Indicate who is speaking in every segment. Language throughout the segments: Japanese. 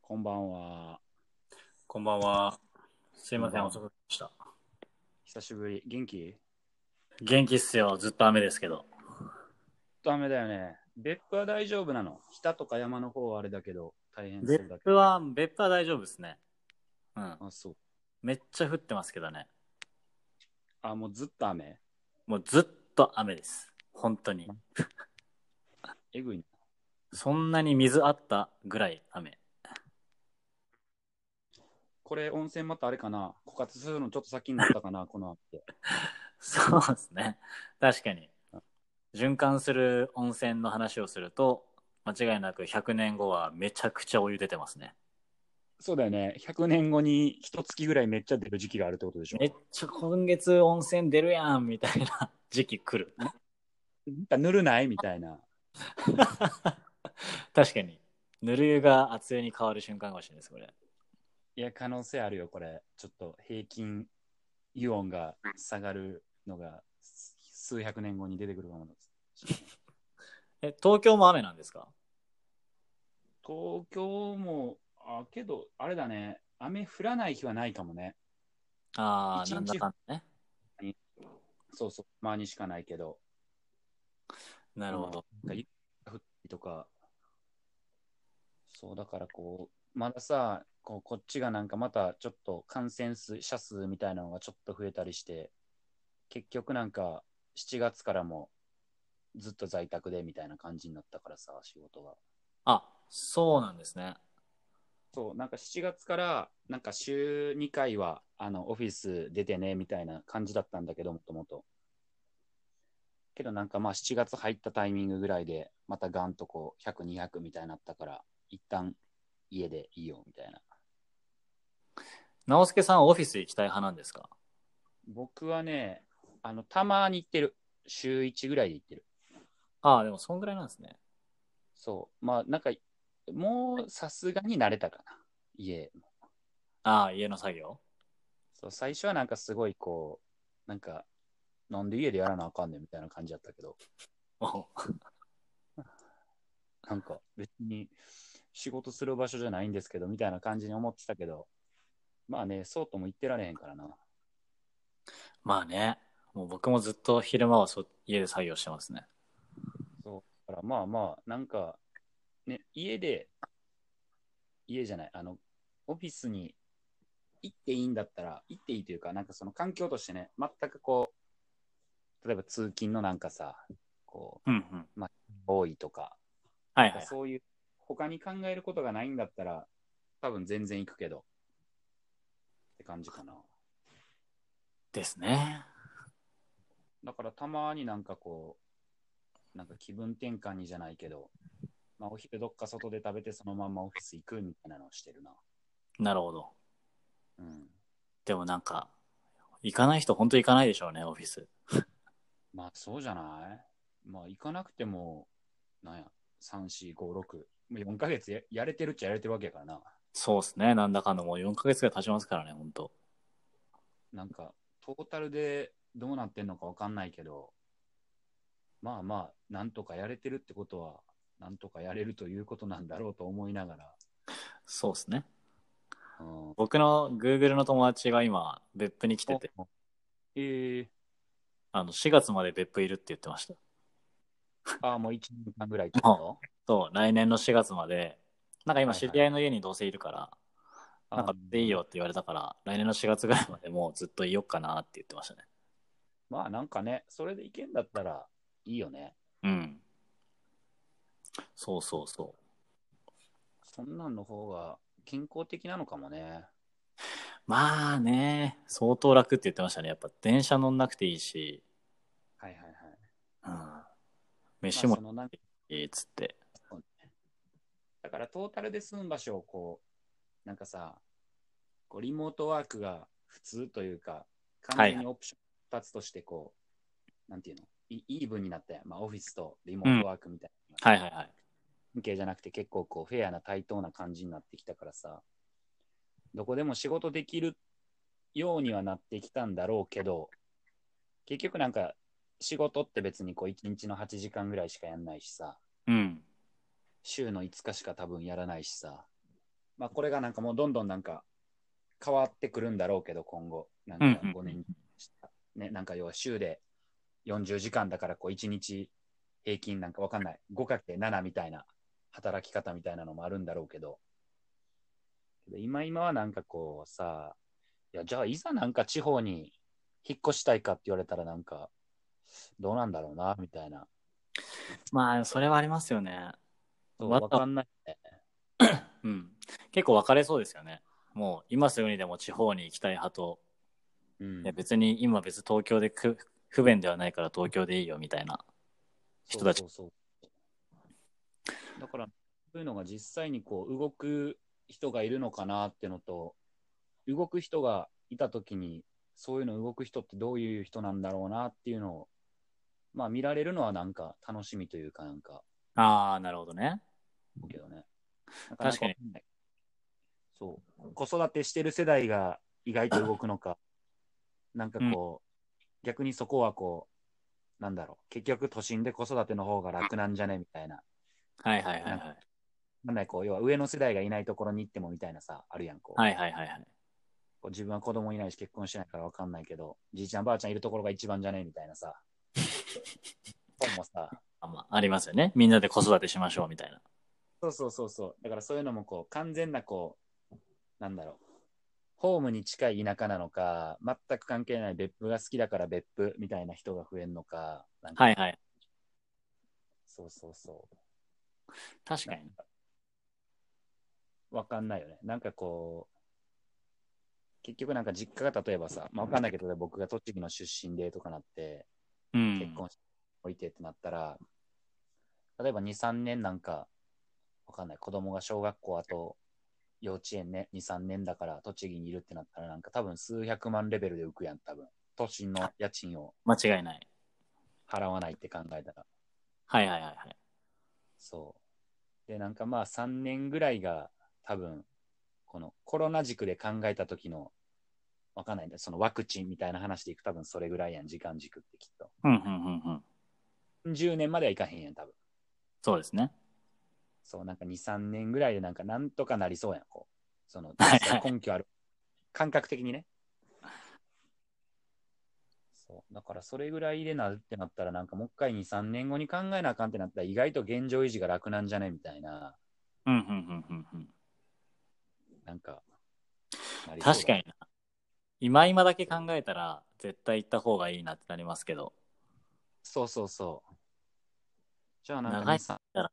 Speaker 1: こんばんは。
Speaker 2: こんばんは。すいません、
Speaker 1: こんばんは
Speaker 2: 遅くなりました。
Speaker 1: 久しぶり。元気
Speaker 2: 元気っすよ。ずっと雨ですけど。
Speaker 1: ダメだよね。別府は大丈夫なの。北とか山の方はあれだけど、大変そう
Speaker 2: 別
Speaker 1: だけ
Speaker 2: 府は、別府は大丈夫ですね。うん。
Speaker 1: ど。あ、そう。
Speaker 2: めっちゃ降ってますけどね。
Speaker 1: あ、もうずっと雨。
Speaker 2: もうずっと雨です。本当に。
Speaker 1: えぐいな。
Speaker 2: そんなに水あったぐらい雨。
Speaker 1: これ、温泉またあれかな。枯渇するのちょっと先になったかな、こ の雨って。
Speaker 2: そうですね。確かに。循環する温泉の話をすると、間違いなく100年後はめちゃくちゃお湯出てますね。
Speaker 1: そうだよね。100年後に一月ぐらいめっちゃ出る時期があるってことでしょ。
Speaker 2: めっちゃ今月温泉出るやんみたいな時期来る。
Speaker 1: なんかぬるないみたいな。
Speaker 2: 確かに。ぬる湯が熱湯に変わる瞬間かもしれないです、これ。
Speaker 1: いや、可能性あるよ、これ。ちょっと平均イオンが下がるのが数百年後に出てくるかもしれない。
Speaker 2: え、東京も雨なんですか
Speaker 1: 東京も、あ、けど、あれだね、雨降らない日はないかもね。
Speaker 2: ああ、
Speaker 1: 一日
Speaker 2: なんだかんだね。
Speaker 1: そうそう、まあにしかないけど。
Speaker 2: なるほど。
Speaker 1: なんか雪が降ったりとか。そう、だからこう、まださ、こうこっちがなんかまたちょっと感染数、者数みたいなのがちょっと増えたりして、結局なんか7月からもずっと在宅でみたいな感じになったからさ、仕事が。
Speaker 2: あ、そうなんですね。
Speaker 1: そう、なんか7月から、なんか週2回は、あの、オフィス出てね、みたいな感じだったんだけど、もともと。けどなんかまあ7月入ったタイミングぐらいで、またガンとこう、100、200みたいになったから、一旦家でいいよ、みたいな。
Speaker 2: 直輔さんはオフィス行きたい派なんですか
Speaker 1: 僕はね、あの、たまに行ってる。週1ぐらいで行ってる。
Speaker 2: ああ、でもそんぐらいなんですね。
Speaker 1: そう。まあなんか、もうさすがに慣れたかな。家
Speaker 2: ああ、家の作業
Speaker 1: そう最初はなんかすごいこうなんかなんで家でやらなあかんねんみたいな感じだったけど
Speaker 2: お
Speaker 1: なんか別に仕事する場所じゃないんですけどみたいな感じに思ってたけどまあねそうとも言ってられへんからな
Speaker 2: まあね。もう僕もずっと昼間はそ家で作業してますね。
Speaker 1: そうだからまあまあなんかね家で家じゃないあのオフィスに行っていいんだったら行っていいというかなんかその環境としてね全くこう例えば通勤のなんかさこ
Speaker 2: うんうん。
Speaker 1: う多いとか
Speaker 2: はいはい。
Speaker 1: そういう、他に考えることがないんだったら、多分全然行くけど。って感じかな。
Speaker 2: ですね。
Speaker 1: だからたまになんかこう、なんか気分転換にじゃないけど、まあ、お昼どっか外で食べてそのまんまオフィス行くみたいなのをしてるな。
Speaker 2: なるほど。
Speaker 1: うん。
Speaker 2: でもなんか、行かない人本当行かないでしょうね、オフィス。
Speaker 1: まあそうじゃないまあ行かなくても、なんや、3、4、5、6、もう4ヶ月ややれてるっちゃやれてるわけやからな。
Speaker 2: そうですね。なんだかんだもう4ヶ月が経ちますからね、本当
Speaker 1: なんか、トータルでどうなってんのかわかんないけど、まあまあ、なんとかやれてるってことは、なんとかやれるということなんだろうと思いながら、
Speaker 2: そうですね。
Speaker 1: うん。
Speaker 2: 僕の Google の友達が今、別府に来てて、
Speaker 1: おえ
Speaker 2: あの、4月まで別府いるって言ってました。
Speaker 1: ー、ああ、もう1年間ぐらいってこと
Speaker 2: そう、来年の4月まで、なんか今
Speaker 1: はいは
Speaker 2: 知
Speaker 1: い
Speaker 2: り合いの家にどうせいるから、なんか
Speaker 1: あー
Speaker 2: でいいよって言われたから、来年の4月ぐらいまでもうずっといよっかなって言ってましたね。
Speaker 1: まあなんかね、それでいけんだったらいいよね。
Speaker 2: うん。そうそうそう。
Speaker 1: そんなんの方が健康的なのかもね。
Speaker 2: まあね、相当楽って言ってましたね。やっぱ電車乗んなくていいし、
Speaker 1: はいはいはい。
Speaker 2: うん。
Speaker 1: まあ
Speaker 2: 飯
Speaker 1: そ
Speaker 2: も
Speaker 1: のなんか
Speaker 2: いいっつって。
Speaker 1: だからトータルで住む場所をこう、なんかさ、こうリモートワークが普通というか、完全にオプション2つとしてこう、なんていうのイイーブンになったやん。まあオフィスとリモートワークみたいな。
Speaker 2: はいはいはい。
Speaker 1: 関係じゃなくて結構こうフェアな対等な感じになってきたからさ、どこでも仕事できるようにはなってきたんだろうけど、結局なんか仕事って別にこう1日の8時間ぐらいしかやんないしさ、
Speaker 2: うん。
Speaker 1: 週の5日しか多分やらないしさ、まあ、これがなんかもうどんどんなんか変わってくるんだろうけど、今後。なんか
Speaker 2: うん
Speaker 1: 5年した、ね、なんか要は週で40時間だから、こう1日平均なんかわかんない。5×7 みたいな働き方みたいなのもあるんだろうけど。けど今今はなんかこうさ、いや、じゃあいざなんか地方に引っ越したいかって言われたらなんか、どうなんだろうな、みたいな。
Speaker 2: まあ、それはありますよね。
Speaker 1: そう
Speaker 2: また
Speaker 1: わかんない。
Speaker 2: うん。結構分かれそうですよね。もう、今すぐにでも地方に行きたい派と、
Speaker 1: うん
Speaker 2: いや別に今別に東京でく不便ではないから東京でいいよみたいな。人たち
Speaker 1: そうそうそうだから、そういうのが実際にこう動く人がいるのかなってのと、動く人がいたときに、そういうの動く人ってどういう人なんだろうなっていうのを、まあ見られるのはなんか楽しみというかなんか、
Speaker 2: ああ、なるほどね。
Speaker 1: けどね。
Speaker 2: 確かに。
Speaker 1: そう。子育てしてる世代が意外と動くのか、なんかこう、逆にそこはこう、なんだろう、結局都心で子育ての方が楽なんじゃねみたいな。
Speaker 2: はいはいはいはい。
Speaker 1: なんないこう、要は上の世代がいないところに行ってもみたいなさ、あるやん、こう。
Speaker 2: はいはいはいはい。
Speaker 1: こう自分は子供いないし結婚してないからわかんないけど、じいちゃんばあちゃんいるところが一番じゃねみたいな さ。本もさ、
Speaker 2: あまあ、ありますよね。みんなで子育てしましょうみたいな。
Speaker 1: そうそうそうそう。だからそういうのもこう、完全なこう、なんだろう。ホームに近い田舎なのか、全く関係ない別府が好きだから別府みたいな人が増えるのか、なんか
Speaker 2: はいはい。
Speaker 1: そうそうそう。
Speaker 2: 確かに。
Speaker 1: わかんないよね。なんかこう、結局なんか実家が例えばさ、まあわかんないけど、僕が栃木の出身でとかなって、
Speaker 2: うん。
Speaker 1: 結婚しておいてってなったら、例えば2、3年なんか、わかんない、子供が小学校あと幼稚園ね、2、3年だから栃木にいるってなったら、なんか多分数百万レベルで浮くやん、多分。都心の家賃を
Speaker 2: 間違いない。
Speaker 1: 払わないって考えたら。
Speaker 2: はいはいはいはい。
Speaker 1: そう。で、なんかまあ3年ぐらいが多分、このコロナ軸で考えた時の、わかんないんだ、そのワクチンみたいな話でいく多分それぐらいやん、時間軸ってきっと。
Speaker 2: うんうんうんうん。
Speaker 1: 10年まではいかへんやん、多分。
Speaker 2: そうですね。
Speaker 1: そう、なんか2、3年ぐらいでなんかなんとかなりそうやん、こう。その、
Speaker 2: はい
Speaker 1: 実際根拠ある。感覚的にね。そう、だからそれぐらいでなるってなったら、なんかもう一回2、3年後に考えなあかんってなったら、意外と現状維持が楽なんじゃねみたいな、
Speaker 2: うんうんうんうんうん。
Speaker 1: なんか、なりそうだ
Speaker 2: 確か。にな。今今だけ考えたら、絶対行った方がいいなってなりますけど。
Speaker 1: そうそうそう。じゃあなんか
Speaker 2: 長い
Speaker 1: 2、3
Speaker 2: たら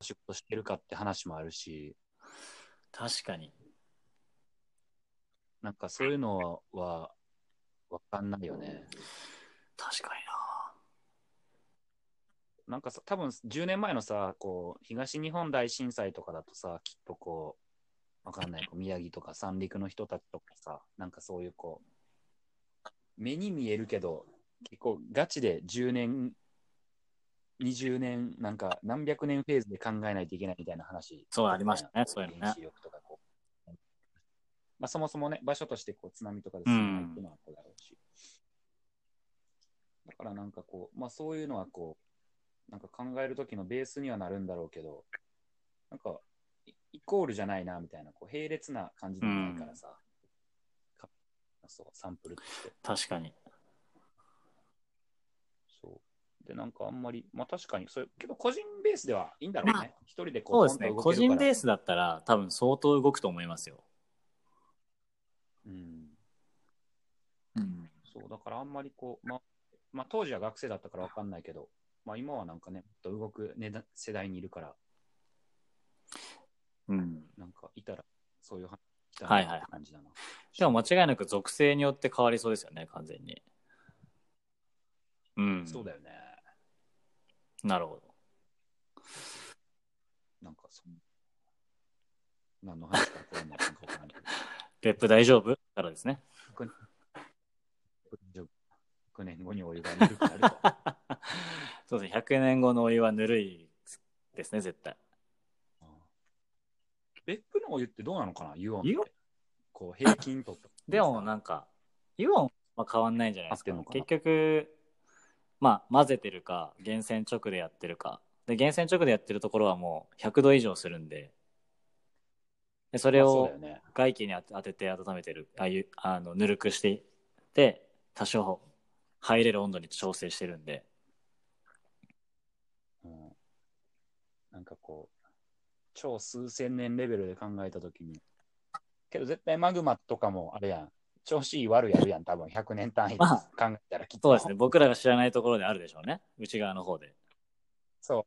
Speaker 1: 仕事してるかって話もあるし、
Speaker 2: 確かに。
Speaker 1: なんかそういうのは、わかんないよね。
Speaker 2: 確かに
Speaker 1: なんかさ、多分10年前のさ、こう、東日本大震災とかだとさ、きっとこう、わかんない、こう宮城とか三陸の人たちとかさ、なんかそういうこう、目に見えるけど、結構ガチで10年、20年、なんか何百年フェーズで考えないといけないみたいな話。
Speaker 2: そうありましたねそういうのね
Speaker 1: 原子力とかこう。まあそもそもね、場所としてこう津波とかで進まないっていうのはこうだろうし。だからなんかこう、まあそういうのはこう、なんか考える時のベースにはなるんだろうけど、なんかイイコールじゃないなみたいな、こう並列な感じではないからさ、かそうサンプルとして。
Speaker 2: な。確かに。
Speaker 1: そうで、なんかあんまり、まあ確かに、それけど個人ベースではいいんだろう
Speaker 2: ま
Speaker 1: ね。一人でこ
Speaker 2: そう
Speaker 1: う、
Speaker 2: ですね。
Speaker 1: ポンと
Speaker 2: 個
Speaker 1: 動けるか
Speaker 2: 人
Speaker 1: ら
Speaker 2: ベースだったら、多分相当動くと思いますよ。
Speaker 1: うん、
Speaker 2: うん。
Speaker 1: そう、だからあんまりこう、まあ、まあ当時は学生だったからわかんないけど、まあ今はなんかね、もっと動く、ね、だ世代にいるから、
Speaker 2: うん。
Speaker 1: なんかいたら、そういう話聞きた
Speaker 2: はい
Speaker 1: い
Speaker 2: は
Speaker 1: な
Speaker 2: い
Speaker 1: って感じだな。
Speaker 2: でも間違いなく属性によって変わりそうですよね、完全に。うん。
Speaker 1: そうだよね。
Speaker 2: なるほど。
Speaker 1: なんかそん、何の話かこれもなんかわからんけど。
Speaker 2: 別府大丈夫からですね。
Speaker 1: 9年後にお湯がぬるくなると
Speaker 2: そうですね。100年後のお湯はぬるいですね、絶対。
Speaker 1: うん別府のお湯ってどうなのかな湯温
Speaker 2: 湯
Speaker 1: っ
Speaker 2: 温
Speaker 1: て。こう平均と。
Speaker 2: でもなんか、イオンは変わんないんじゃないですか。
Speaker 1: 合ってんの
Speaker 2: 結局、まあ、混ぜてるか、源泉直でやってるか。で、源泉直でやってるところはもう100度以上するんで、でそれ
Speaker 1: まあそう
Speaker 2: を
Speaker 1: だよね。
Speaker 2: 外気に当て当てて温めてる、ああいう、あの、ぬるくしていって、多少入れる温度に調整してるんで、
Speaker 1: うん、なんかこう、超数千年レベルで考えたときに、けど絶対マグマとかもあれやん。調子いい悪いやるやん、多分100年単位で
Speaker 2: まあ
Speaker 1: 考えたらきっと。
Speaker 2: そうですね、僕らが知らないところであるでしょうね、内側の方で。
Speaker 1: そう。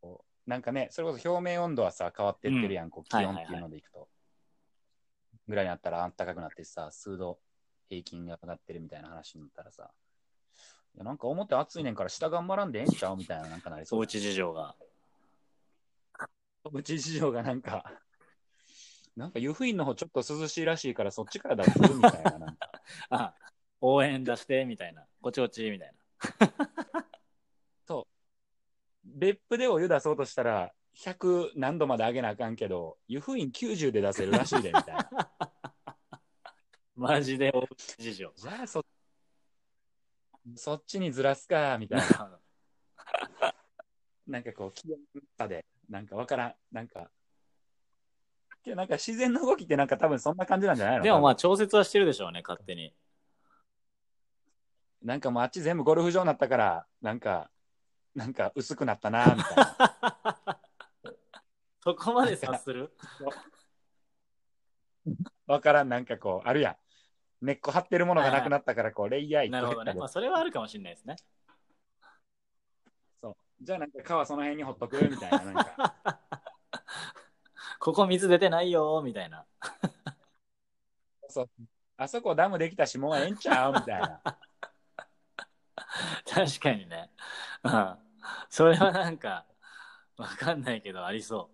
Speaker 1: こうなんかね、それこそ表面温度はさ、変わってってるやん、こう気
Speaker 2: はい
Speaker 1: 温
Speaker 2: はい
Speaker 1: っ
Speaker 2: はい
Speaker 1: ていうのでいくと。ぐらいになったら、あったかくなってさ、数度平均が上がってるみたいな話になったらさ、いやなんか表暑いねんから下頑張らんでええんちゃうみたいな、なんかなり
Speaker 2: お
Speaker 1: そう
Speaker 2: う。ち事情が。
Speaker 1: おうち事情がなんか、 なんか湯布院の方ちょっと涼しいらしいから、そっちから出すみたいな。なんか
Speaker 2: あ、応援出して、みたいな。こちこち、みたいな。
Speaker 1: 別府でお湯出そうとしたら、100何度まで上げなあかんけど、湯布院90で出せるらしいで、みたい な。
Speaker 2: マジでおうち 事情。
Speaker 1: じゃあそ、そっちにずらすか、みたいな。なんかこう、気温差で、なんかわからん、なんか。けどなんか自然の動きってなんか多分そんな感じなんじゃないの
Speaker 2: でもまあ
Speaker 1: 多
Speaker 2: 調節はしてるでしょうね、勝手に。
Speaker 1: 分なんかもうあっち全部ゴルフ場になったから、なんか、なんか薄くなったな、みたい な。
Speaker 2: そこまで察する
Speaker 1: わからん、なんかこう、あるやん。根っこ張ってるものがなくなった から、こう、レイヤー一個
Speaker 2: なるほ
Speaker 1: 減
Speaker 2: ど
Speaker 1: った
Speaker 2: ね。
Speaker 1: り
Speaker 2: まあそれはあるかもしれないですね。
Speaker 1: そう。じゃあなんか川その辺にほっとくみたいな、なん か。
Speaker 2: ここ水出てないよーみたいな。
Speaker 1: そう。あそこダムできたし、もうええんちゃうみたいな。
Speaker 2: 確かにね。うん。それはなんか、わかんないけど、ありそ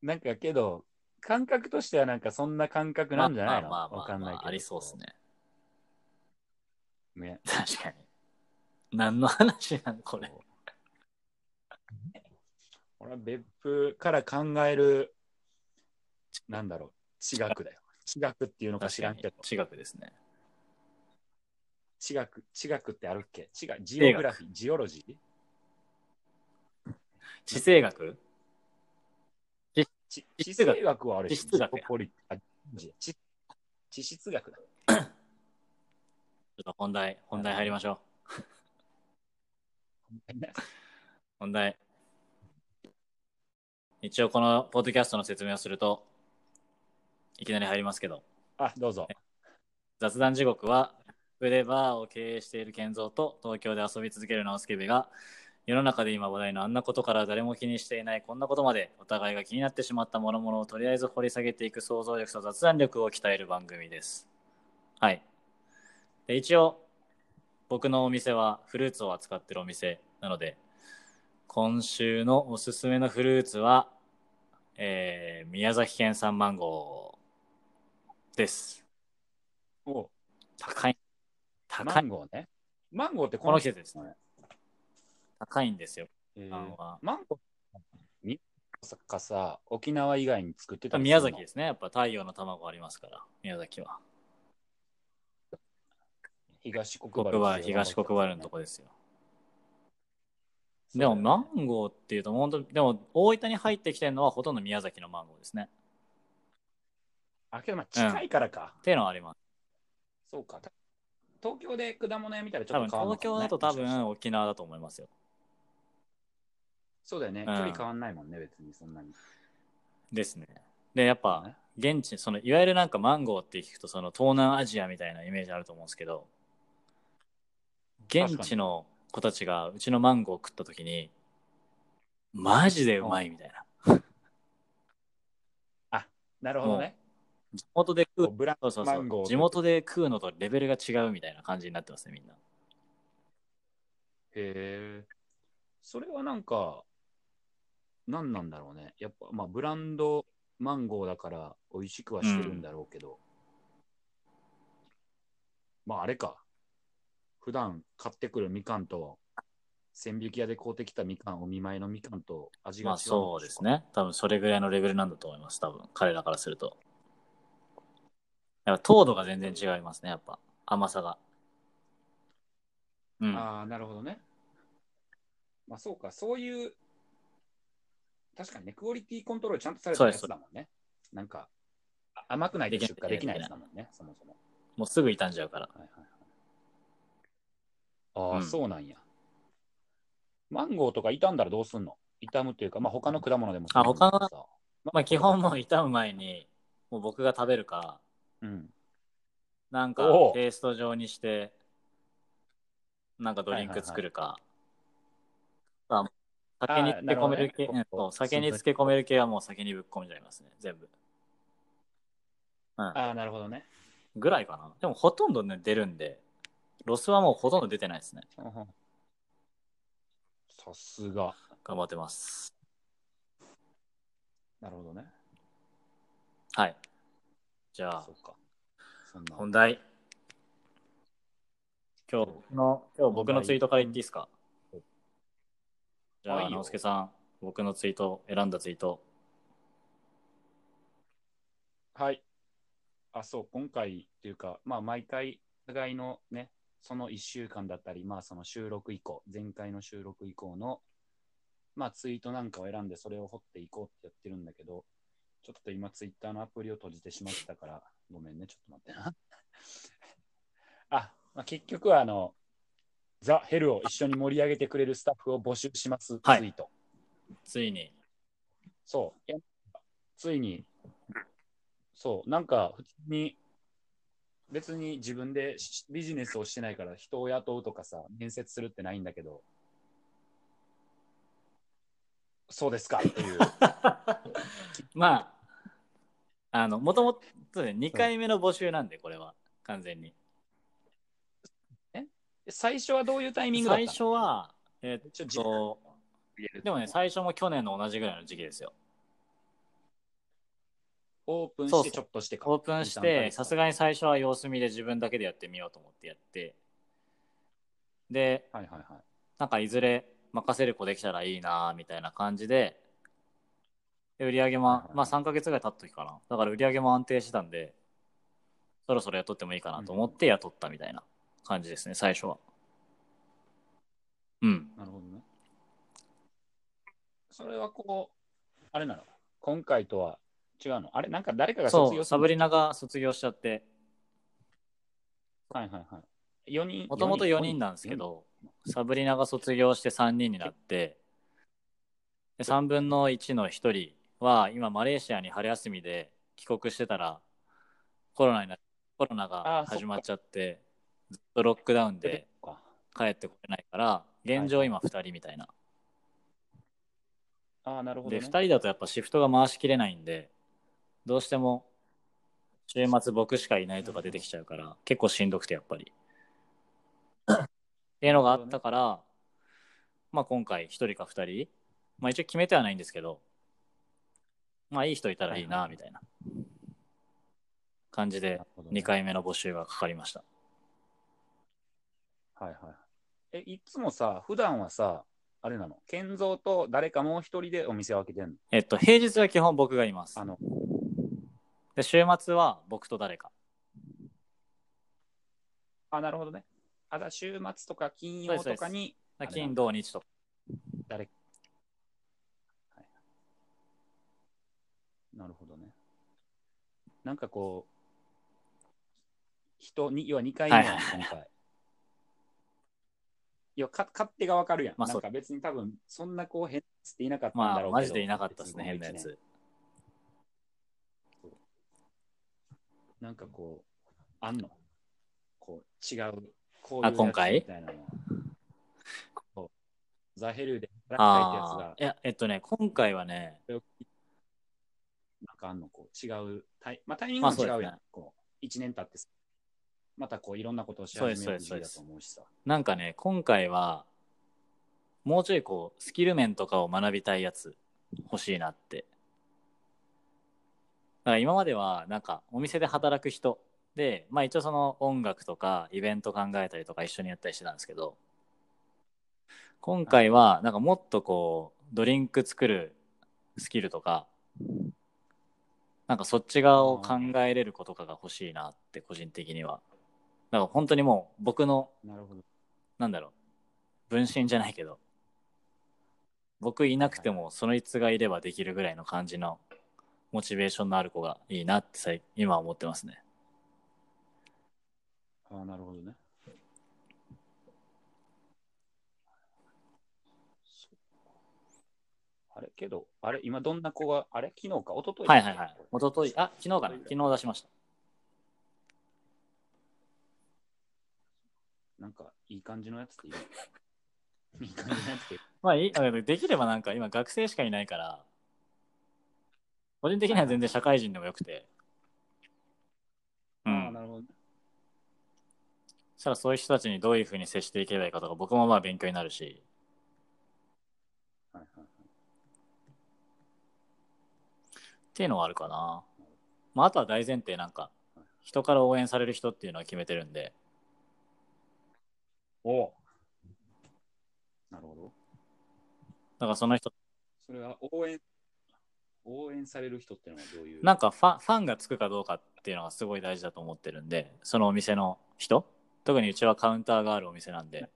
Speaker 1: なんかけど、感覚としてはなんかそんな感覚
Speaker 2: う。
Speaker 1: なんじゃないの
Speaker 2: まあまあま
Speaker 1: わ
Speaker 2: あま
Speaker 1: か
Speaker 2: あ
Speaker 1: ん
Speaker 2: ま
Speaker 1: ないけ
Speaker 2: あ、
Speaker 1: ど。
Speaker 2: ありそうですね。
Speaker 1: ね。
Speaker 2: 確かに。何の話なんこれ。
Speaker 1: 俺は別府から考える、なんだろう、地学だよ。地学っていうのか知
Speaker 2: 確
Speaker 1: ら
Speaker 2: か
Speaker 1: ん
Speaker 2: に
Speaker 1: けど、。
Speaker 2: 地学ですね。
Speaker 1: 地学、地学ってあるっけ地学、ジオグラフィー、ジオロジー
Speaker 2: 地政学
Speaker 1: 地地
Speaker 2: 地質学
Speaker 1: 政学はある
Speaker 2: 地質学や
Speaker 1: ポリあ地地質学だ。
Speaker 2: ちょっと本題、本題入りましょう。本題。一応このポッドキャストの説明をすると、いきなり入りますけど、
Speaker 1: あ、どうぞ。
Speaker 2: 雑談地獄は、ウでバーを経営している健三と東京で遊び続ける直輔部が、世の中で今話題のあんなことから誰も気にしていないこんなことまで、お互いが気になってしまったものものをとりあえず掘り下げていく想像力と雑談力を鍛える番組です。はい。で一応、僕のお店はフルーツを扱ってるお店なので、今週のおすすめのフルーツは、えー宮崎県産マンゴーです。
Speaker 1: おう
Speaker 2: 高い。高
Speaker 1: マ
Speaker 2: い。
Speaker 1: ンゴーね。マンゴーって
Speaker 2: この季節です
Speaker 1: ね。
Speaker 2: 高いんですよ。
Speaker 1: えー
Speaker 2: パンは
Speaker 1: マンゴーって大阪かさ、沖縄以外に作ってたりする
Speaker 2: 宮
Speaker 1: の
Speaker 2: 崎ですね。やっぱ太陽の卵ありますから、宮崎は。
Speaker 1: 東国
Speaker 2: 国
Speaker 1: 原
Speaker 2: は東国原のとこですよ。でも、マンゴーっていうと、本当でも、大分に入ってきてるのはほとんど宮崎のマンゴーですね。
Speaker 1: あ、けどまあ近いからか。
Speaker 2: っていうのはあります。
Speaker 1: そうか。た東京で果物屋見たらち
Speaker 2: 多
Speaker 1: ょ
Speaker 2: 分、
Speaker 1: っと変わ
Speaker 2: 東
Speaker 1: んないも
Speaker 2: 京
Speaker 1: んね
Speaker 2: だと多分沖縄だと思いますよ。
Speaker 1: そうだよね。
Speaker 2: ん
Speaker 1: 距離変わんないもんね、別にそんなに。
Speaker 2: ですね。で、やっぱ、現地、その、いわゆるなんかマンゴーって聞くと、その、東南アジアみたいなイメージあると思うんですけど、現地の子たちがうちのマンゴーを食った時に、マジでうまいみたいな。
Speaker 1: なるほどね。
Speaker 2: 地元で食う
Speaker 1: こうブラン
Speaker 2: そ
Speaker 1: ド
Speaker 2: うそう
Speaker 1: マ
Speaker 2: そ
Speaker 1: ンゴ
Speaker 2: う。
Speaker 1: ー。
Speaker 2: 地元で食うのとレベルが違うみたいな感じになってますね、みんな。
Speaker 1: へえ。それはなんか、何なんだろうね。やっぱ、まあ、ブランドマンゴーだから、美味しくはしてるんだろうけど。まあ、あれか。普段買ってくるみかんと、千引き屋で買うてきたみかん、お見舞いのみかんと味が違
Speaker 2: ま
Speaker 1: う。
Speaker 2: あそうです。ね。多分それぐらいのレベルなんだと思います、多分彼らからすると。やっぱ糖度が全然違いますね、やっぱ。甘さが。うん。
Speaker 1: ああ、なるほどね。まあ、そうか。そういう、確かにね、クオリティコントロールちゃんとされてるや
Speaker 2: そ
Speaker 1: つ
Speaker 2: うです
Speaker 1: だもんね。なんか、あ甘くないと出荷できないやつだもんね、そもそも。
Speaker 2: もうすぐ傷んじゃうから。
Speaker 1: はいはいはい、ああ、
Speaker 2: うん
Speaker 1: そうなんや。マンゴーとか傷んだらどうすんの傷むっていうか、まあ他の果物でもそうなんだけどさ
Speaker 2: まあ基本もう傷む前に、もう僕が食べるか、
Speaker 1: うん。
Speaker 2: なんか
Speaker 1: おう
Speaker 2: ペースト状にして、なんかドリンク作るか。あ酒に
Speaker 1: あー
Speaker 2: 漬け込める系、
Speaker 1: なるほどね
Speaker 2: うんそう酒に漬け込める系はもう酒にぶっ込んじゃいますね、全部。うん。
Speaker 1: ああ、なるほどね。
Speaker 2: ぐらいかな。でもほとんどね、出るんで、ロスはもうほとんど出てないですね。
Speaker 1: うんうんさすが。
Speaker 2: 頑張ってます。
Speaker 1: なるほどね。
Speaker 2: はい。じゃあ
Speaker 1: そ、うか。そんな。
Speaker 2: 本題。今日僕の、今日僕のツイートから言っていいですか
Speaker 1: うん
Speaker 2: じゃ
Speaker 1: あい
Speaker 2: あ、
Speaker 1: いよ
Speaker 2: 直輔さん、僕のツイート、選んだツイート。
Speaker 1: はい。あ、そう、今回っていうか、まあ、毎回、お互いのね、その1週間だったり、まあ、その収録以降、前回の収録以降の、まあ、ツイートなんかを選んで、それを掘っていこうってやってるんだけど、ちょっと今、ツイッターのアプリを閉じてしまったから、ごめんね、ちょっと待ってな。 あ、まあ、結局は、あの、ザ・ヘルを一緒に盛り上げてくれるスタッフを募集します、ツイ
Speaker 2: はい
Speaker 1: ート。
Speaker 2: つ いに。
Speaker 1: そう。いやついに、そう、なんか、普通に、別に自分でしビジネスをしてないから、人を雇うとかさ、面接するってないんだけど、そうですかって いう。
Speaker 2: まあ、あの、もともと2回目の募集なんで、これは、完全に。
Speaker 1: 最初はどういうタイミングだった
Speaker 2: 最
Speaker 1: の
Speaker 2: 初、は、え
Speaker 1: ちょ
Speaker 2: っ
Speaker 1: 時間
Speaker 2: と、
Speaker 1: 入れる
Speaker 2: でもね、最初も去年の同じぐらいの時期ですよ。
Speaker 1: オープン
Speaker 2: そう
Speaker 1: し
Speaker 2: そ
Speaker 1: て
Speaker 2: う
Speaker 1: ちょっとしてか
Speaker 2: オープンし
Speaker 1: 二三ヶ
Speaker 2: て
Speaker 1: 月
Speaker 2: さすがに最初は様子見で自分だけでやってみようと思ってやってで
Speaker 1: はいはいはい。
Speaker 2: なんかいずれ任せる子できたらいいなみたいな感じでで売り上げも、
Speaker 1: はいはい
Speaker 2: まあ3ヶ月ぐらい経った時かなだから売り上げも安定してたんでそろそろ雇ってもいいかなと思って雇ったみたいな感じですね最初はうん
Speaker 1: なるほどね。それはこう、あれなの今回とは違うのあれなんか誰かが卒業す
Speaker 2: そ
Speaker 1: る
Speaker 2: うサブリナが卒業しちゃって
Speaker 1: はいはいはい。4人。
Speaker 2: もともと4人なんですけど、サブリナが卒業して3人になって、で3分の1の1人は、今、マレーシアに春休みで帰国してたら、コロナになコロナ
Speaker 1: あー
Speaker 2: が
Speaker 1: そっか
Speaker 2: 始まっちゃって、ずっとロックダウン
Speaker 1: で
Speaker 2: で、帰ってこれないから、現状今2人みたいな。
Speaker 1: ああ、なるほど、
Speaker 2: で、
Speaker 1: ね。
Speaker 2: 2人だとやっぱシフトが回しきれないんで、どうしても週末僕しかいないとか出てきちゃうから、結構しんどくてやっぱり。っていうのがあったから、まあ今回1人か2人、まあ一応決めてはないんですけど、まあいい人いたらいい
Speaker 1: は
Speaker 2: ない
Speaker 1: はい
Speaker 2: みたいな感じで
Speaker 1: なるほどね
Speaker 2: 2。回目の募集がかかりました。
Speaker 1: はいはい。え、いつもさ、普段はさ、あれなの、健三と誰かもう一人でお店を開けてんの
Speaker 2: えっと、平日は基本僕がいます
Speaker 1: あ。の、
Speaker 2: で、週末は僕と誰か。
Speaker 1: あ、なるほどね。あ、だ週末とか金曜とかに、あれ
Speaker 2: だ
Speaker 1: なん
Speaker 2: 金、
Speaker 1: だ
Speaker 2: 土、日とか。
Speaker 1: 誰はいなるほどね。なんかこう、人に、要は2回目
Speaker 2: はい
Speaker 1: なの今回。 いや、か勝手がわかるやん。
Speaker 2: まあ
Speaker 1: な
Speaker 2: そうん
Speaker 1: か別に多分、そんなこう変なやつっていなかったん
Speaker 2: ま
Speaker 1: だ
Speaker 2: あ
Speaker 1: ろうけど。
Speaker 2: マジでいなかったです
Speaker 1: 別
Speaker 2: ね、変
Speaker 1: にこの
Speaker 2: なや
Speaker 1: 一年
Speaker 2: つ。
Speaker 1: なんかこう、あんのこう、違う、こういう
Speaker 2: あ
Speaker 1: やつ
Speaker 2: 今回
Speaker 1: みたいなのこうザ・ヘルでやらかいってやつ
Speaker 2: あ
Speaker 1: が
Speaker 2: あ、いや、えっとね、今回はね、
Speaker 1: なんかあんのこう違うタイ、まあ、タイミング
Speaker 2: まあ
Speaker 1: も違うや、
Speaker 2: そうんですね
Speaker 1: こう1年経ってさまたこういろんなことをし
Speaker 2: そうで
Speaker 1: 始
Speaker 2: す
Speaker 1: める時期
Speaker 2: そうで
Speaker 1: だ
Speaker 2: す
Speaker 1: と思うしさ
Speaker 2: なんかね、今回は、もうちょいこう、スキル面とかを学びたいやつ、欲しいなって。だから今までは、なんか、お店で働く人で、まあ一応その音楽とか、イベント考えたりとか一緒にやったりしてたんですけど、今回は、なんかもっとこう、ドリンク作るスキルとか、なんかそっち側を考えれることかが欲しいなって、個人的には。だから本当にもう、僕の
Speaker 1: なるほど
Speaker 2: なんだろう、分身じゃないけど、僕いなくてもそのいつがいればできるぐらいの感じのモチベーションのある子がいいなって最今は思ってますね。
Speaker 1: ああ、なるほどね。そっかあれけど、あれ今どんな子が、あれ昨日か一昨日
Speaker 2: はいはいはい。一昨日あ昨日かな昨日出しました。
Speaker 1: なんかいい感じのやつってい るいい感じのやつっている
Speaker 2: まあいいだけどできればなんか今学生しかいないから個人的には全然社会人でもよくて。
Speaker 1: あ
Speaker 2: う
Speaker 1: あ、
Speaker 2: ん。
Speaker 1: なるほどね。
Speaker 2: そしたらそういう人たちにどういうふうに接していけばいいかとか僕もまあ勉強になるし。
Speaker 1: はいはい
Speaker 2: っていうのはあるかな。まあ、あとは大前提なんか、人から応援される人っていうのは決めてるんで、
Speaker 1: おおなるほど。
Speaker 2: だからその人、
Speaker 1: それは応援、応援される人ってのはどういう。
Speaker 2: なんかファンファンがつくかどうかっていうのがすごい大事だと思ってるんで、そのお店の人、特にうちはカウンターがあるお店なんで、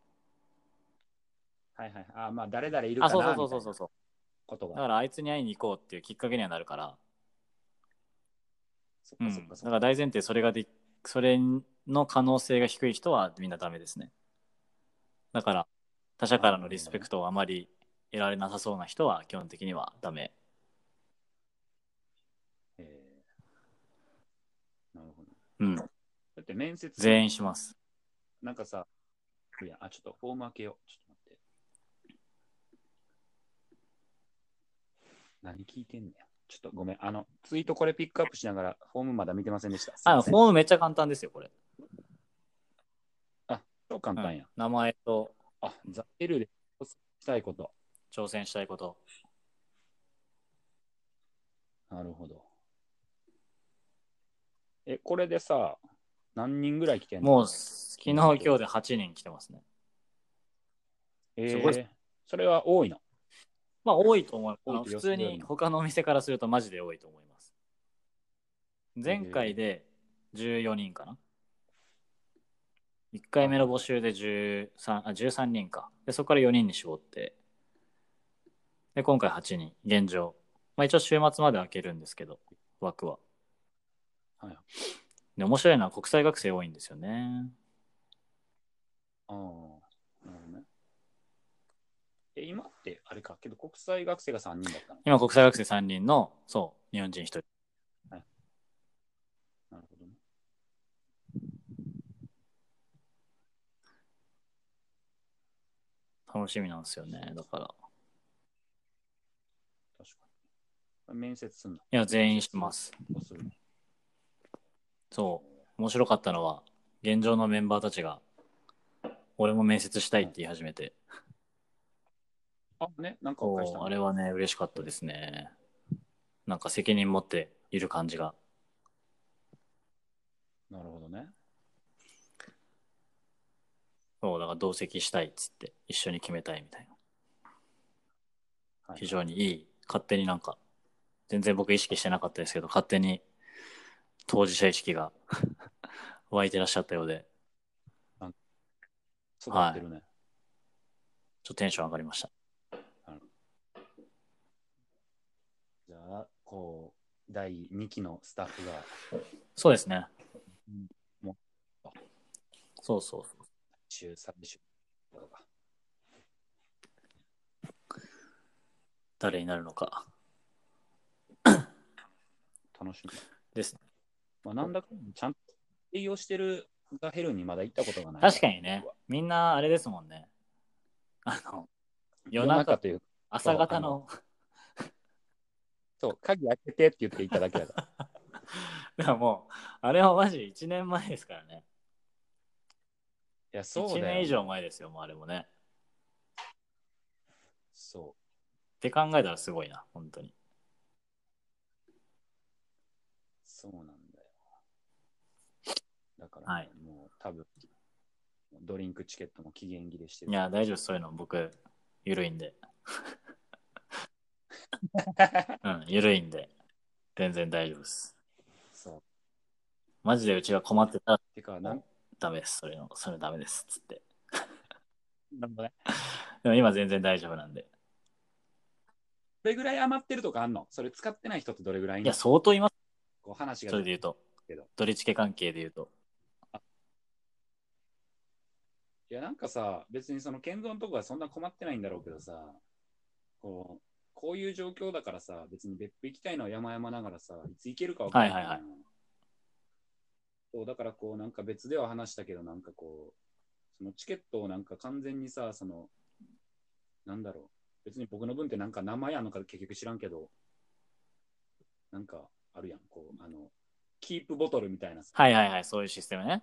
Speaker 1: はいはい。ああ、まあ誰々いるか
Speaker 2: あ、
Speaker 1: な
Speaker 2: そうそう
Speaker 1: み
Speaker 2: そ
Speaker 1: たい
Speaker 2: うそ
Speaker 1: うな
Speaker 2: そう。
Speaker 1: こと
Speaker 2: だか
Speaker 1: が。
Speaker 2: らあいつに会いに行こうっていうきっかけにはなるから、
Speaker 1: そっ
Speaker 2: うん、
Speaker 1: かそっ
Speaker 2: だ
Speaker 1: かそ
Speaker 2: か
Speaker 1: っか。
Speaker 2: ら大前提それがで、それの可能性が低い人はみんなダメですね。だから、他者からのリスペクトをあまり得られなさそうな人は基本的にはダメ。
Speaker 1: えーなるほど。
Speaker 2: うん、
Speaker 1: だって面接、
Speaker 2: 全員します。
Speaker 1: なんかさ、いや、あ、ちょっとフォーム開けよう。ちょっと待って。何聞いてんねや。ちょっとごめん。あの、ツイートこれピックアップしながら、フォームまだ見てませんでした。すい
Speaker 2: あ、
Speaker 1: ません
Speaker 2: フォームめっちゃ簡単ですよ、これ。
Speaker 1: 超簡単や。
Speaker 2: うん名前と
Speaker 1: あ、ザ・エルでしたいこと。
Speaker 2: 挑戦したいこと。
Speaker 1: なるほど。え、これでさ、何人ぐらい来てんの
Speaker 2: もう、昨日、今日で8人来てますね。
Speaker 1: えー
Speaker 2: すごい
Speaker 1: それは多いの。
Speaker 2: まあ、多いと思う。あ
Speaker 1: 多い
Speaker 2: の
Speaker 1: と予
Speaker 2: 普
Speaker 1: 想よ
Speaker 2: 通
Speaker 1: りも
Speaker 2: に他のお店からするとマジで多いと思います。前回で14人かな。1回目の募集で 13, あ13人か。で、そこから4人に絞って。で、今回8人、現状。まあ、一応週末まで開けるんですけど、枠は。
Speaker 1: はい。
Speaker 2: で、面白いのは国際学生多いんですよね。
Speaker 1: ああ、なるほどね。え、今ってあれか、けど国際学生が3人だったの。
Speaker 2: 今、国際学生3人の、そう、日本人1人。
Speaker 1: なるほどね。
Speaker 2: 楽しみなんですよね。だから。
Speaker 1: 確かに。面接すんの。
Speaker 2: いや、全員します。
Speaker 1: こうするの
Speaker 2: そう。面白かったのは、現状のメンバーたちが、俺も面接したいって言い始めて、
Speaker 1: あ、ね、なんかお返し
Speaker 2: そ
Speaker 1: た
Speaker 2: う、
Speaker 1: の
Speaker 2: あれはね、嬉しかったですね。なんか責任持っている感じが。
Speaker 1: なるほどね。
Speaker 2: そう、だから同席したいっつって、一緒に決めたいみたい
Speaker 1: は
Speaker 2: な。
Speaker 1: い
Speaker 2: 非常にいい。勝手になんか、全然僕意識してなかったですけど、勝手に当事者意識が 湧いてらっしゃったようで、
Speaker 1: 育ってるね。
Speaker 2: ちょっとテンション上がりました。
Speaker 1: じゃあ、こう、第2期のスタッフが、
Speaker 2: そうですね
Speaker 1: うん。もう
Speaker 2: そうそうそう。
Speaker 1: 週3週とか。
Speaker 2: 誰になるのか。
Speaker 1: 楽しみ。
Speaker 2: です。
Speaker 1: まあ、なんだかんだちゃんと営業してるがヘルにまだ行ったことがない。
Speaker 2: 確かにね、みんなあれですもんね。あの、
Speaker 1: 夜
Speaker 2: 夜
Speaker 1: 中
Speaker 2: 中、
Speaker 1: というか、
Speaker 2: 朝方の、
Speaker 1: そう、鍵開けてって言っていただ けだから。
Speaker 2: でももう、あれはマジ1年前ですからね。
Speaker 1: いや、そうだよ
Speaker 2: 1年以上前ですよ、もうあれもね。
Speaker 1: そ
Speaker 2: って考えたらすごいな、本当に。
Speaker 1: う、そうなんだよ。だから、
Speaker 2: はい
Speaker 1: もう多分、ドリンクチケットも期限切れしてる。
Speaker 2: いや、大丈夫です、そういうの僕、ゆるい んで。うん、ゆるいんで、全然大丈夫です。
Speaker 1: そう。
Speaker 2: マジでうちが困ってたら
Speaker 1: てか、なん
Speaker 2: ダメです、それの、それダメです、つって。
Speaker 1: なんだね。
Speaker 2: でも今全然大丈夫なんで。
Speaker 1: れぐらい余ってるとかあんのそれ使ってない人ってどれぐらいい
Speaker 2: い
Speaker 1: んの
Speaker 2: や、相当います。
Speaker 1: こう話が
Speaker 2: それで言うと
Speaker 1: けど。
Speaker 2: ドリチケ関係で言うと。
Speaker 1: いや、なんかさ、別にその健三のとこはそんな困ってないんだろうけどさ、こう、こういう状況だからさ、別に別府行きたいのは山々ながらさ、いつ行けるかわからない。
Speaker 2: はいはいはい
Speaker 1: そう、だからこう、なんか別では話したけど、なんかこう、そのチケットをなんか完全にさ、その、なんだろう、別に僕の分ってなんか名前あんのか結局知らんけど、なんかあるやん、こう、あの、キープボトルみたいなさ、
Speaker 2: はいはいはい、そういうシステムね。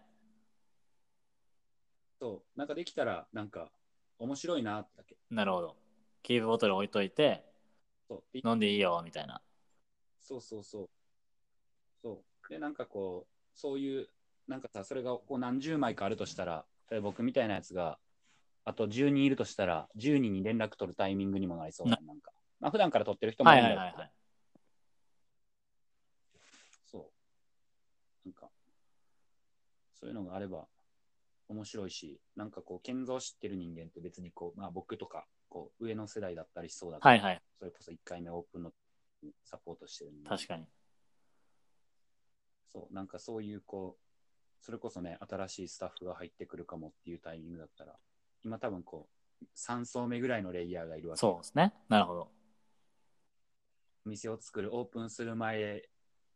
Speaker 1: そう、なんかできたら、なんか、面白いなってだけ。
Speaker 2: なるほど。キープボトル置いといて、
Speaker 1: そうで
Speaker 2: 飲んでいいよ、みたいな。
Speaker 1: そうそうそう。そう。で、なんかこう、そういう、なんかさ、それがこう何十枚かあるとしたら、例えば僕みたいなやつが、あと10人いるとしたら、10人に連絡取るタイミングにもなりそうな、なんか。まあ、普段から取ってる人もい
Speaker 2: は
Speaker 1: る
Speaker 2: い
Speaker 1: んだ
Speaker 2: は
Speaker 1: け
Speaker 2: い
Speaker 1: ど
Speaker 2: はいはい。
Speaker 1: そう。なんか、そういうのがあれば面白いし、なんかこう、建造知ってる人間って別にこう、まあ僕とか、こう、上の世代だったりしそうだから、
Speaker 2: はいはい、
Speaker 1: それこそ1回目オープンのサポートしてるんで
Speaker 2: 確かに。
Speaker 1: そう、なんかそういう、こう、それこそね、新しいスタッフが入ってくるかもっていうタイミングだったら、今多分こう、3層目ぐらいのレイヤーがいるわけ。
Speaker 2: そうですね。なるほど。
Speaker 1: お店を作る、オープンする前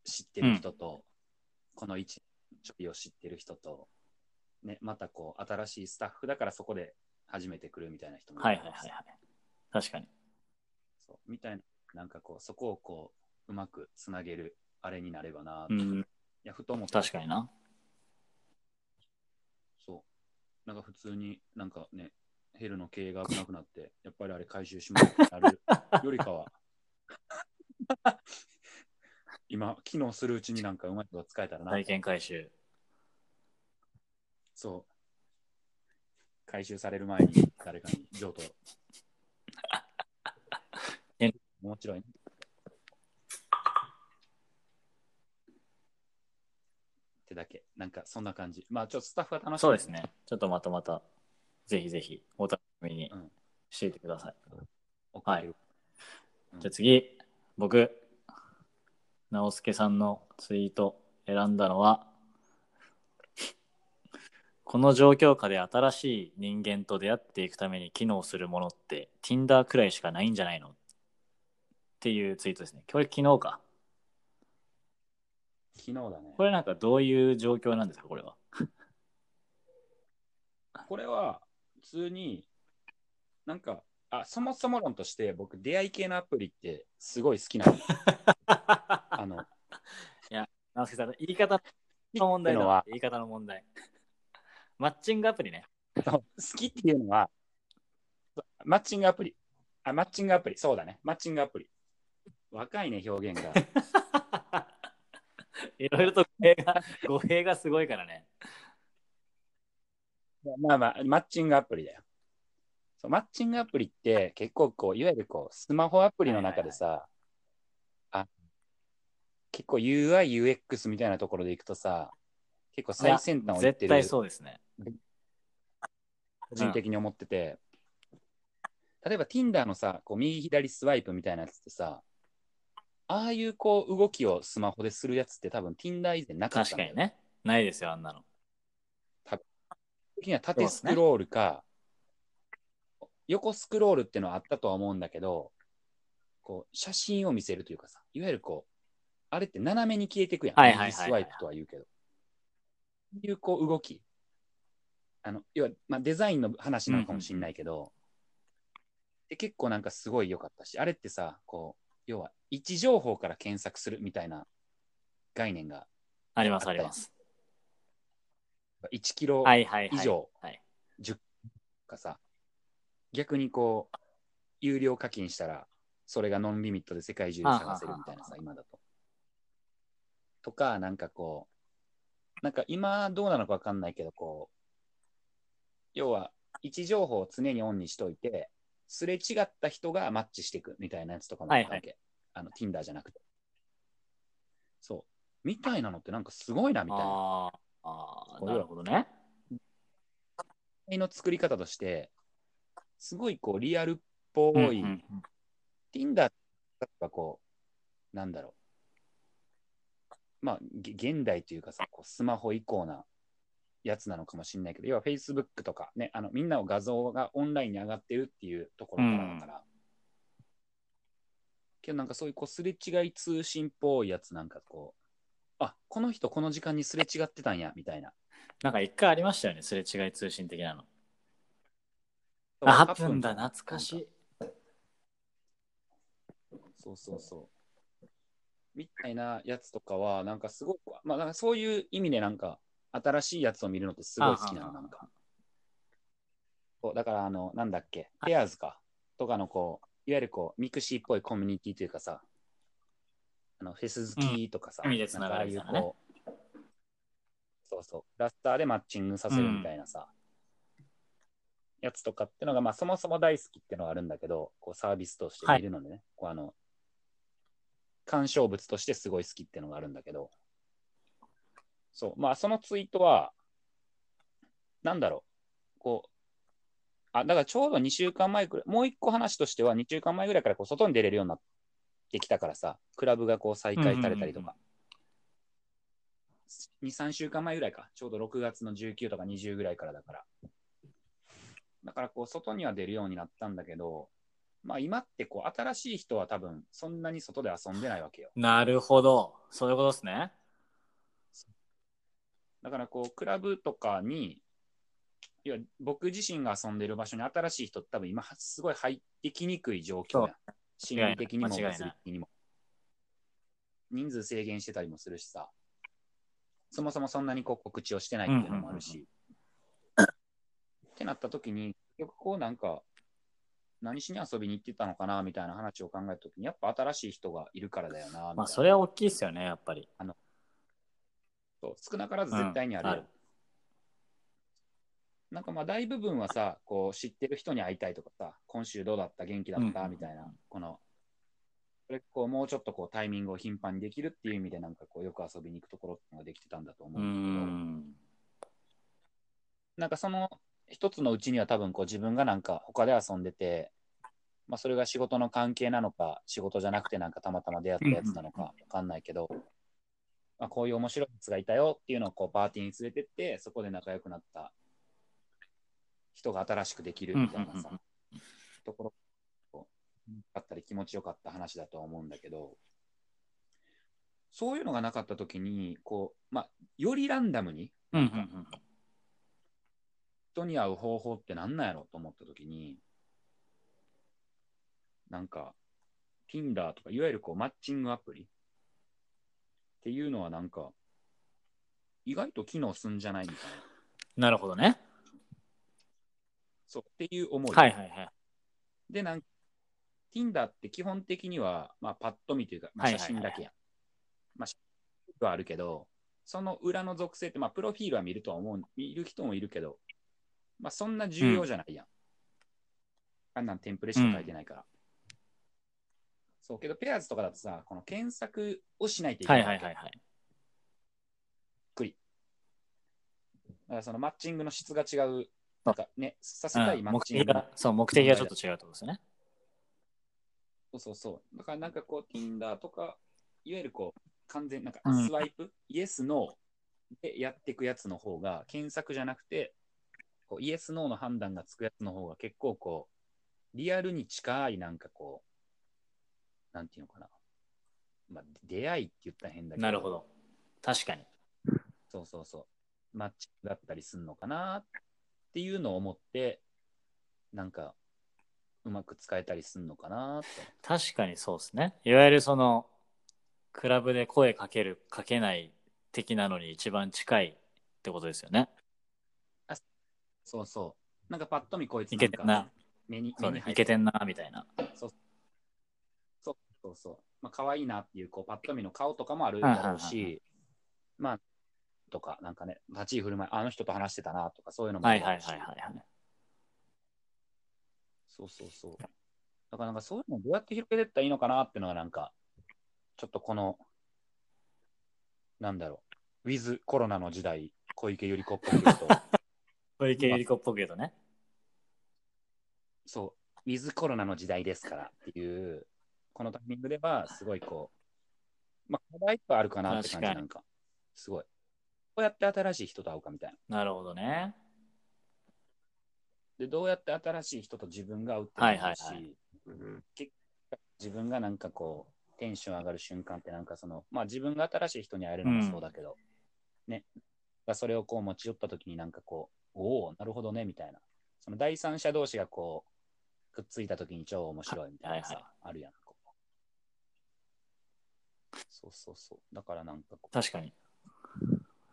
Speaker 1: 知ってる人と、この一ちょいを知ってる人と、ね、またこう、新しいスタッフだからそこで初めて来るみたいな人も
Speaker 2: はい
Speaker 1: る
Speaker 2: はい
Speaker 1: わけ
Speaker 2: はい
Speaker 1: です
Speaker 2: はい。確かに。
Speaker 1: そうみたいな、なんかこう、そこをこう、うまくつなげるあれになればな、
Speaker 2: う
Speaker 1: い
Speaker 2: ん、
Speaker 1: や、ふと思った。
Speaker 2: 確かにな。
Speaker 1: そう。なんか普通になんかね、ヘルの経営が危なくなって、やっぱりあれ回収しまうってなるよりか は、今、機能するうちになんかうまいこと使えたらな、
Speaker 2: 体験回収。
Speaker 1: そう。回収される前に誰かに譲渡。
Speaker 2: え
Speaker 1: もちろん。ってだけ、なんかそんな感じ。まあちょっとスタッフが楽しみ
Speaker 2: そうですね。ちょっとまたまた、ぜひぜひ、お楽しみに
Speaker 1: うん
Speaker 2: していてください。
Speaker 1: 追っかける
Speaker 2: じゃあ次、僕、直輔さんのツイート選んだのは、この状況下で新しい人間と出会っていくために機能するものって Tinder くらいしかないんじゃないのっていうツイートですね。これ昨日か。
Speaker 1: 昨日だね。
Speaker 2: これなんかどういう状況なんですか、これは。
Speaker 1: これは普通になんかあそもそも論として僕出会い系のアプリってすごい好き なのあの
Speaker 2: 直輔さんの言い方の問題
Speaker 1: っての
Speaker 2: だ
Speaker 1: は。
Speaker 2: 言い方の問題。マッチングアプリね。
Speaker 1: そう好きっていうのはマッチングアプリあマッチングアプリそうだねマッチングアプリ若いね表現が
Speaker 2: いろいろと語弊が語弊がすごいからね。
Speaker 1: まあまあマッチングアプリだよそうマッチングアプリって結構こういわゆるこうスマホアプリの中でさ、あ結構 UIUX みたいなところでいくとさ結構最先端を言って
Speaker 2: 絶
Speaker 1: る
Speaker 2: 対そうですね。
Speaker 1: 個人的に思ってて、例えば Tinder のさこう右左スワイプみたいなやつってさああいうこう動きをスマホでするやつって多分 Tinder 以前なかった
Speaker 2: 確
Speaker 1: んだ
Speaker 2: か
Speaker 1: よ
Speaker 2: にね。ないですよ、あんなの。
Speaker 1: 的には縦スクロールか、横スクロールってのはあったとは思うんだけどこう写真を見せるというかさいわゆるこうあれって斜めに消えていくやん、
Speaker 2: はいはいはいはい
Speaker 1: 右スワイプとは言うけどそういうこう動きあの要は、まあ、デザインの話なのかもしれないけど、で結構なんかすごい良かったしあれってさこう要は位置情報から検索するみたいな概念が
Speaker 2: あります、
Speaker 1: あ
Speaker 2: あ
Speaker 1: った
Speaker 2: り
Speaker 1: よ
Speaker 2: ます。
Speaker 1: 1キロ
Speaker 2: はいはいはい。
Speaker 1: 以上
Speaker 2: はい。
Speaker 1: かさ、逆にこう、有料課金したら、それがノンリミットで世界中で探せるみたいなさ、今だと。とか、なんかこう、なんか今どうなのかわかんないけど、こう、要は位置情報を常にオンにしといて、すれ違った人がマッチしていくみたいなやつとかもあったわけ。あの、Tinder じゃなくて。そう。みたいなのってなんかすごいな、みたいな。
Speaker 2: あーあー、
Speaker 1: これ
Speaker 2: な
Speaker 1: は
Speaker 2: るほどね。
Speaker 1: 愛の作り方として、すごいこうリアルっぽい、
Speaker 2: うんうんうん
Speaker 1: Tinder 例えばこう、なんだろう。まあ、げ現代というかさ、こうスマホ以降なやつなのかもしれないけど、要は Facebook とかね、あのみんなの画像がオンラインに上がってるっていうところからだから。けどなんかそういうこうすれ違い通信っぽいやつなんかこう、あこの人この時間にすれ違ってたんやみたいな。
Speaker 2: なんか一回ありましたよね、すれ違い通信的なの。あ、
Speaker 1: カ
Speaker 2: ハ
Speaker 1: ップ
Speaker 2: プ
Speaker 1: ン
Speaker 2: ン
Speaker 1: と
Speaker 2: だ、
Speaker 1: か
Speaker 2: 懐かしい。
Speaker 1: そうそうそう。みたいなやつとかは、なんかすごく、まあ、なんかそういう意味で、なんか、新しいやつを見るのってすごい好きな
Speaker 2: あ
Speaker 1: の、な
Speaker 2: あ
Speaker 1: んか。そうだから、あの、なんだっけ、ペアーズか、とかの、こう、いわゆるこう、ミクシーっぽいコミュニティというかさ、あの、フェス好きとかさ、
Speaker 2: うん
Speaker 1: な
Speaker 2: 海
Speaker 1: ん
Speaker 2: で
Speaker 1: か
Speaker 2: 繋が
Speaker 1: ああ
Speaker 2: る
Speaker 1: い
Speaker 2: み
Speaker 1: う
Speaker 2: たいなね
Speaker 1: こう、そうそう、ラスターでマッチングさせるみたいなさ、やつとかってのが、まあ、そもそも大好きってのがあるんだけど、こうサービスとして見るのでね、こうあの、鑑賞物としてすごい好きってのがあるんだけど、そう、まあ、そのツイートは、なんだろう、こう、あ、だからちょうど2週間前くらい、もう一個話としては、2週間前ぐらいからこう外に出れるようになってきたからさ、クラブがこう再開されたりと
Speaker 2: うんうんうんう
Speaker 1: か、2、3週間前ぐらいか、ちょうど6月の19とか20ぐらいからだから。だからこう外には出るようになったんだけど、まあ今ってこう新しい人は多分そんなに外で遊んでないわけよ。
Speaker 2: なるほど。そういうことですね。
Speaker 1: だからこうクラブとかに、いや僕自身が遊んでる場所に新しい人って多分今すごい入ってきにくい状況やん心理的にも
Speaker 2: 間違い
Speaker 1: 物
Speaker 2: ない
Speaker 1: 理的にも。人数制限してたりもするしさ、そもそもそんなにこう告知をしてないっていうのもある
Speaker 2: うん
Speaker 1: し。ってなった時に、結局こうなんか、何しに遊びに行ってたのかなみたいな話を考えた時に、やっぱ新しい人がいるからだよなみたいな。
Speaker 2: まあ、それは大きいですよね、やっぱり。
Speaker 1: そう少なからず絶対にあるよ、
Speaker 2: うんある
Speaker 1: なんかまあ大部分はさこう知ってる人に会いたいとかさ今週どうだった元気だった、
Speaker 2: うん
Speaker 1: みたいなこのそれこうもうちょっとこうタイミングを頻繁にできるっていう意味でなんかこうよく遊びに行くところっていうのができてたんだと思
Speaker 2: うー
Speaker 1: うんだけど
Speaker 2: ん。
Speaker 1: なんかその一つのうちには多分こう自分がなんか他で遊んでて、まあ、それが仕事の関係なのか仕事じゃなくてなんかたまたま出会ったやつなのかわかんないけど、まあ、こういう面白いやつがいたよっていうのをこうパーティーに連れてってそこで仲良くなった人が新しくできるみたいな
Speaker 2: うんうんうんう
Speaker 1: さところこうあったり気持ちよかった話だとは思うんだけどそういうのがなかった時にこう、まあ、よりランダムに
Speaker 2: うんうんうん。
Speaker 1: 人に会う方法ってなんなんやろと思った時になんか Tinder とかいわゆるこうマッチングアプリっていうのはなんか意外と機能すんじゃないみたいな
Speaker 2: なるほどね。
Speaker 1: そうっていう思い、
Speaker 2: はいはいはい。
Speaker 1: でなんか Tinder って基本的には、まあ、パッと見というか、まあ、
Speaker 2: はい
Speaker 1: 写
Speaker 2: はいはい
Speaker 1: 真だけやん、まあ写真はあるけどその裏の属性って、まあ、プロフィールは見るとは思う見る人もいるけど、まあ、そんな重要じゃないやん、あんなんテンプレしか書いてないから、そうけどペアーズとかだとさこの検索をしないといけ
Speaker 2: は
Speaker 1: ないいわけ
Speaker 2: はいはいはい。
Speaker 1: だからそのマッチングの質が違うなんかねさせたい
Speaker 2: うん
Speaker 1: マッ
Speaker 2: 目
Speaker 1: チング
Speaker 2: 的
Speaker 1: の
Speaker 2: が、そう、目的がちょっと違うってことですね。
Speaker 1: そうそうそう。だからなんかこう、Tinder とか、いわゆるこう、完全、なんか
Speaker 2: うん
Speaker 1: スワイプ、イエス、ノーでやっていくやつの方が、検索じゃなくて、こうイエス、ノーの判断がつくやつの方が結構こう、リアルに近いなんかこう、なんていうのかな。まあ、出会いって言ったら変だけど、
Speaker 2: なるほど。確かに。
Speaker 1: そうそうそう。マッチングだったりするのかなっていうのを思って、なんか、うまく使えたりするのかなって。
Speaker 2: 確かにそうですね。いわゆるその、クラブで声かける、かけない的なのに一番近いってことですよね。
Speaker 1: そうそう。なんかパッと見こいつ
Speaker 2: い
Speaker 1: な
Speaker 2: け
Speaker 1: ん
Speaker 2: て
Speaker 1: か
Speaker 2: んな、
Speaker 1: 目に
Speaker 2: そう
Speaker 1: 目に
Speaker 2: ね、
Speaker 1: 入
Speaker 2: い
Speaker 1: っ
Speaker 2: けてんな、みたいな。
Speaker 1: そうそうそう。まあ可愛いなっていうこうパッと見の顔とかもあるだろう
Speaker 2: はいはいは
Speaker 1: し、まあとかなんかね立ち居振る舞いあの人と話してたなとかそういうのもあ
Speaker 2: はい
Speaker 1: るだ
Speaker 2: は
Speaker 1: ろ
Speaker 2: いう
Speaker 1: し
Speaker 2: はいはいはい。
Speaker 1: そうそうそう。だからなんかそういうのどうやって広げていったらいいのかなっていうのがなんかちょっとこのなんだろうウィズコロナの時代小池百合子っぽく言うと
Speaker 2: 小池百合子っぽく言うとね。
Speaker 1: そうウィズコロナの時代ですからっていうこのタイミングでは、すごいこう、まあ、課題はあるかなって感じ、
Speaker 2: 確かに
Speaker 1: なんか、すごい。どうやって新しい人と会うかみたいな。
Speaker 2: なるほどね。
Speaker 1: で、どうやって新しい人と自分が会うっていうのもあるし、
Speaker 2: はいはい
Speaker 3: うん
Speaker 1: 自分がなんかこう、テンション上がる瞬間って、なんかその、まあ自分が新しい人に会えるのもそうだけど、ね、がそれをこう持ち寄った時になんかこう、おお、なるほどね、みたいな。その第三者同士がこう、くっついた時に超面白いみたいなさ、
Speaker 2: はいは
Speaker 1: あるやん。こうそうそうそう。だからなんかこう、
Speaker 2: 確かに。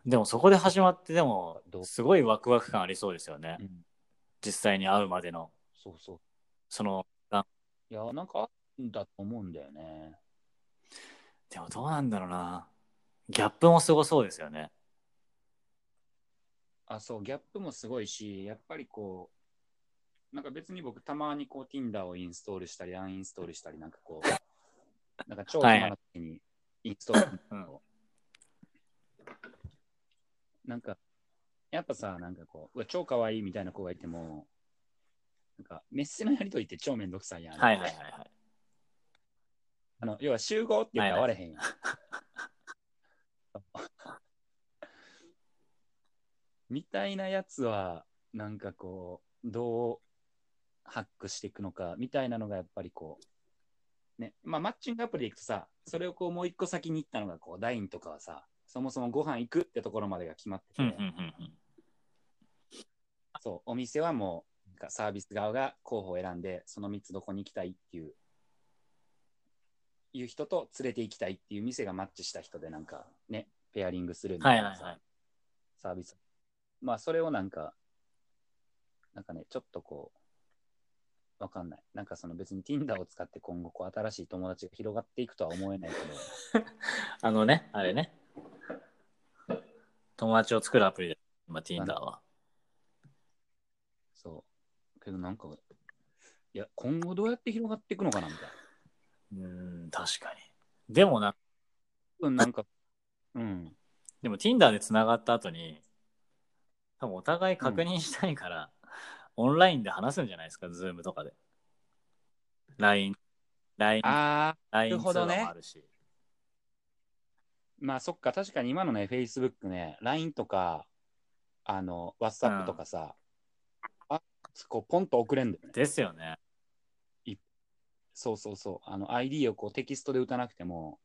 Speaker 2: でもそこで始まって、でも
Speaker 1: ど、う
Speaker 2: すごいワクワク感ありそうですよね。
Speaker 1: うん、
Speaker 2: 実際に会うまでの、
Speaker 1: そうそう。
Speaker 2: その、
Speaker 1: いや、なんかあるんだと思うんだよね。
Speaker 2: でもどうなんだろうな。ギャップもすごそうですよね。
Speaker 1: あ、そう、ギャップもすごいし、やっぱりこう、なんか別に僕、たまにこう、Tinder をインストールしたり、アンインストールしたり、なんかこう、なんか超
Speaker 2: はい
Speaker 1: 暇な時にインストールするんだけど、なんか、やっぱさ、なんかこう、うわ、超可愛いみたいな子がいても、なんか、メッセのやりとりって超めんどくさいやん。
Speaker 2: はいはいはいはい。
Speaker 1: あの、要は集合って言ったら会われへんやん。 みたいなやつは、なんかこう、どうハックしていくのか、みたいなのがやっぱりこう、ね、まあマッチングアプリでいくとさ、それをこうもう一個先に行ったのが、こう、ダインとかはさ、そもそもご飯行くってところまでが決まってて、
Speaker 2: うんうんうんうん。
Speaker 1: そう、お店はもう、なんかサービス側が候補を選んで、その3つどこに行きたいっていう、いう人と連れて行きたいっていう店がマッチした人で、なんかね、ペアリングするみたいなさ、
Speaker 2: はいはいはい
Speaker 1: サービス。まあ、それをなんか、なんかね、ちょっとこう、わかんない。なんかその別に Tinder を使って今後こう新しい友達が広がっていくとは思えないけど、
Speaker 2: あのね、あれね。友達を作るアプリで、今 Tinder は。
Speaker 1: そう。けどなんか、いや、今後どうやって広がっていくのかなみたいな。
Speaker 2: うん、確かに。でもな、
Speaker 1: うん、なんか、うん。
Speaker 2: でも Tinder で繋がった後に、多分お互い確認したいから、オンラインで話すんじゃないですか、Zoom とかで。LINE、LINE、
Speaker 1: ああ、
Speaker 2: LINE
Speaker 1: るほどね
Speaker 2: 通話もあるし。
Speaker 1: まあそっか、確かに今のね、Facebook ね、LINE とか、あの、
Speaker 2: うん
Speaker 1: WhatsApp とかさ、あこうポンと送れんだよね。
Speaker 2: ですよね。
Speaker 1: そうそうそう。あの、ID をこうテキストで打たなくても、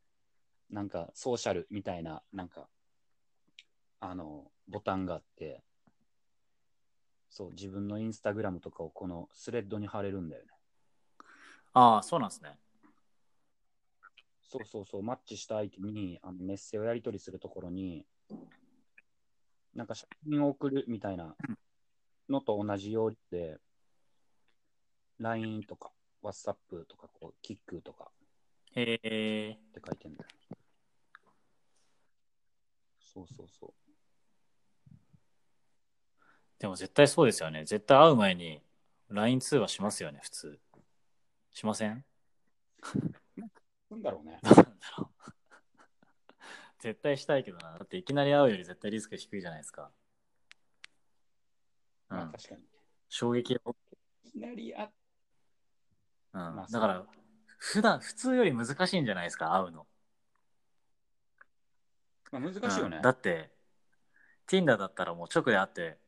Speaker 1: なんかソーシャルみたいな、なんか、あの、ボタンがあって、そう、自分のインスタグラムとかをこのスレッドに貼れるんだよね。
Speaker 2: ああ、そうなんですね。
Speaker 1: そうそうそう、マッチした相手にあのメッセをやり取りするところに、なんか写真を送るみたいなのと同じ要領で、LINE とか WhatsApp とかこう、キックとか
Speaker 2: へえ。
Speaker 1: って書いてんだよ。そうそうそう。
Speaker 2: でも絶対そうですよね。絶対会う前に LINE 通話しますよね、普通。しません
Speaker 1: なんだろうね。
Speaker 2: どうなんだろう。 絶対したいけどな。だっていきなり会うより絶対リスク低いじゃないですか。う
Speaker 1: まあ
Speaker 2: ん。
Speaker 1: 確かに。
Speaker 2: 衝撃を。
Speaker 1: いきなりあ
Speaker 2: うん。
Speaker 1: まあ
Speaker 2: だから、普段、普通より難しいんじゃないですか、会うの。
Speaker 1: まあ、難しいよね。
Speaker 2: うんだって、Tinder だったらもう直で会って、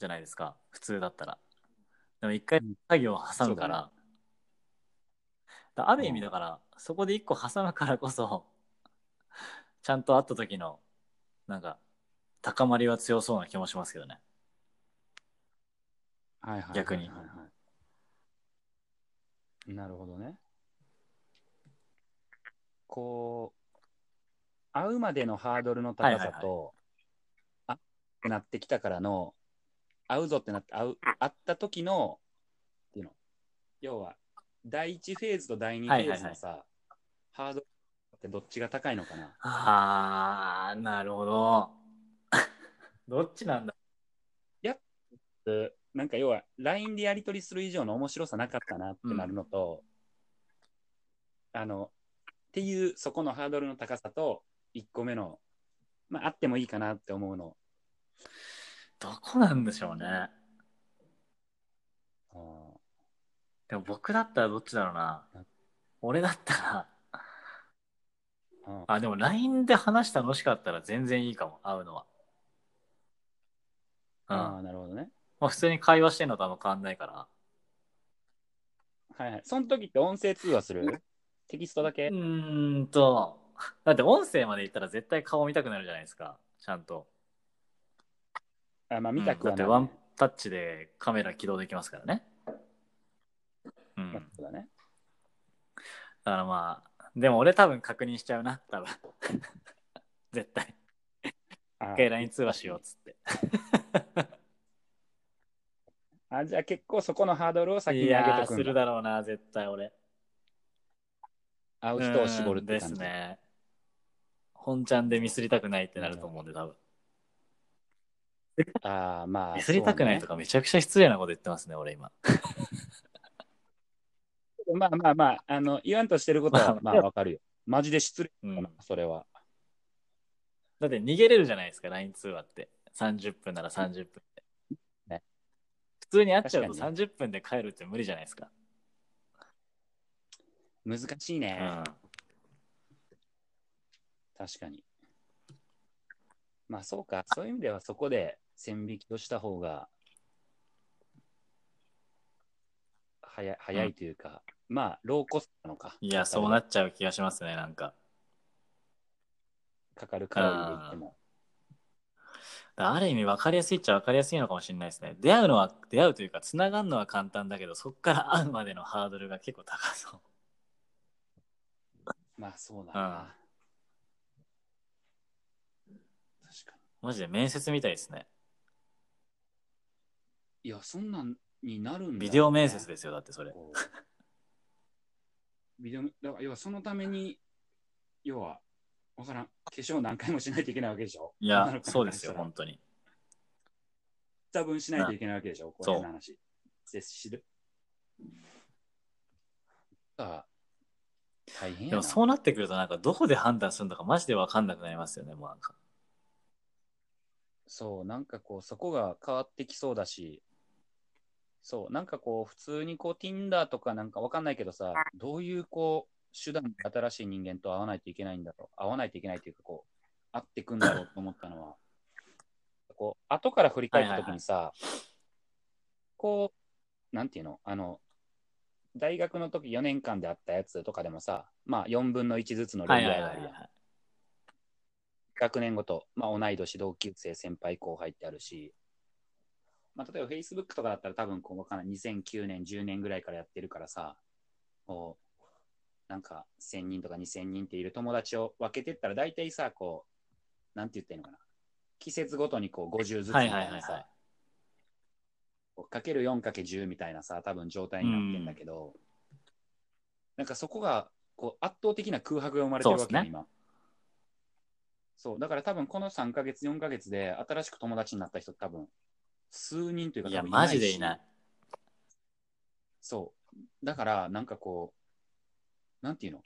Speaker 2: じゃないですか、普通だったら。でも一回
Speaker 1: うん
Speaker 2: 作業を挟むから、だある意
Speaker 1: う
Speaker 2: 味
Speaker 1: ん
Speaker 2: だから、そこで一個挟むからこそ、ちゃんと会った時の、なんか、高まりは強そうな気もしますけどね。
Speaker 1: はいはいはいはいはい
Speaker 2: 逆に。
Speaker 1: なるほどね。こう、会うまでのハードルの高さ
Speaker 2: はいはい
Speaker 1: と、あってなってきたからの、会うぞってなって、会う会った時の、っていうの、要は、第1フェーズと第2フェーズのさ、ハードルってどっちが高いのかな。
Speaker 2: あー、なるほど。 どっちなんだ
Speaker 1: なんか要は、LINE でやり取りする以上の面白さなかったなってなるのと、あの、っていう、そこのハードルの高さと、1個目の、まあ、あってもいいかなって思うの。
Speaker 2: どこなんでしょうね。
Speaker 1: あー
Speaker 2: でも僕だったらどっちだろうな。俺だったら、
Speaker 1: うん、
Speaker 2: あ、でも LINE で話楽しかったら全然いいかも、会うのは。うん。
Speaker 1: ああ、なるほどね。
Speaker 2: まあ、普通に会話してんのとあんま変わんないから。
Speaker 1: はいはい。その時って音声通話するテキストだけ
Speaker 2: うーんと、 だって音声まで言ったら絶対顔見たくなるじゃないですか、ちゃんと。
Speaker 1: あまあ見たくはない、
Speaker 2: うんだってワンタッチでカメラ起動できますからね。う
Speaker 1: まあ
Speaker 2: ん。
Speaker 1: そうだね。
Speaker 2: だからまあ、でも俺多分確認しちゃうな、多分。 絶対。
Speaker 1: あ
Speaker 2: 一回 LINE 通話しようっつって。
Speaker 1: あじゃあ結構そこのハードルを先に
Speaker 2: い
Speaker 1: 上げ
Speaker 2: や
Speaker 1: と
Speaker 2: ー
Speaker 1: く
Speaker 2: する
Speaker 1: んだ。
Speaker 2: だろうな、絶対俺。
Speaker 1: 会う人を絞るっ
Speaker 2: うん
Speaker 1: て
Speaker 2: で
Speaker 1: 感
Speaker 2: す
Speaker 1: じ。
Speaker 2: ね。本ちゃんでミスりたくないってなると思うんで、多分。
Speaker 1: ああ、まあ。
Speaker 2: ミスりたくないとかめちゃくちゃ失礼なこと言ってますね、俺今。
Speaker 1: そうねまあまあまあ、あの、言わんとしてることは、まあわかるよ。マジで失礼
Speaker 2: う
Speaker 1: だ
Speaker 2: ん
Speaker 1: な、。それは。
Speaker 2: だって逃げれるじゃないですか、LINE 通話って。30分なら30分で。
Speaker 1: ね
Speaker 2: 普通に会っちゃうと
Speaker 1: 確か
Speaker 2: 30分で帰るって無理じゃないですか。
Speaker 1: 難しいね。
Speaker 2: うん。
Speaker 1: 確かに。まあそうか、そういう意味ではそこで線引きをした方が早い早いというか、まあローコストなのか。
Speaker 2: いや、そうなっちゃう気がしますね、なんか。
Speaker 1: かかるカロリーで言っても。
Speaker 2: だからある意味分かりやすいっちゃ分かりやすいのかもしれないですね。出会うのは、出会うというか、つながるのは簡単だけど、そこから会うまでのハードルが結構高そう。
Speaker 1: まあそうだな。確か
Speaker 2: マジで面接みたいですね。
Speaker 1: に。いや、そんなんになるんだ、
Speaker 2: ビデオ面接ですよ、だってそれ。
Speaker 1: こ うビデオ、だから要はそのために、要は、わからん、化粧何回もしないといけないわけでしょ
Speaker 2: い
Speaker 1: 女
Speaker 2: や
Speaker 1: の、子
Speaker 2: そうですよ、
Speaker 1: からしたら
Speaker 2: 本当に。
Speaker 1: 多分しないといけないわけでしょ、こういう話。接しる。あ大変や
Speaker 2: で
Speaker 1: な。
Speaker 2: もそうなってくると、なんかどこで判断するのかマジで分かんなくなりますよね、もうなんか。
Speaker 1: そう、なんかこう、そこが変わってきそうだし、そう、なんかこう、普通にこう、Tinder とかなんかわかんないけどさ、どういうこう、手段で新しい人間と会わないといけないんだと、会わないといけないというか、こう、会ってくんだろうと思ったのは、 こう、後から振り返ったときにさ、こう、なんていうの、あの、大学の時4年間で会ったやつとかでもさ、まあ4分の1ずつの
Speaker 2: は
Speaker 1: レイ
Speaker 2: いは
Speaker 1: ヤー
Speaker 2: い
Speaker 1: が
Speaker 2: は
Speaker 1: あ
Speaker 2: い
Speaker 1: る
Speaker 2: は
Speaker 1: やん
Speaker 2: い。。
Speaker 1: 学年ごと、まあ、同い年、同級生、先輩、後輩ってあるし、まあ、例えば Facebook とかだったら多分こうわかんない2009年、10年ぐらいからやってるからさ、こう、なんか1000人とか2000人っている友達を分けてったら大体さ、こう、なんて言ってんのかな、季節ごとにこう50ずつみたい
Speaker 2: はいはいは
Speaker 1: ない
Speaker 2: は
Speaker 1: さ
Speaker 2: い、
Speaker 1: こうかける4かけ10みたいなさ、多分状態になってんだけど、なんかそこがこう圧倒的な空白が生まれてるわけ
Speaker 2: そう
Speaker 1: よ、
Speaker 2: っすね
Speaker 1: 今。そう、だから多分この3ヶ月、4ヶ月で新しく友達になった人多分、数人というか
Speaker 2: い
Speaker 1: 多
Speaker 2: や、
Speaker 1: 分
Speaker 2: マジでいない
Speaker 1: し。。そう。だから、なんかこう、なんていうの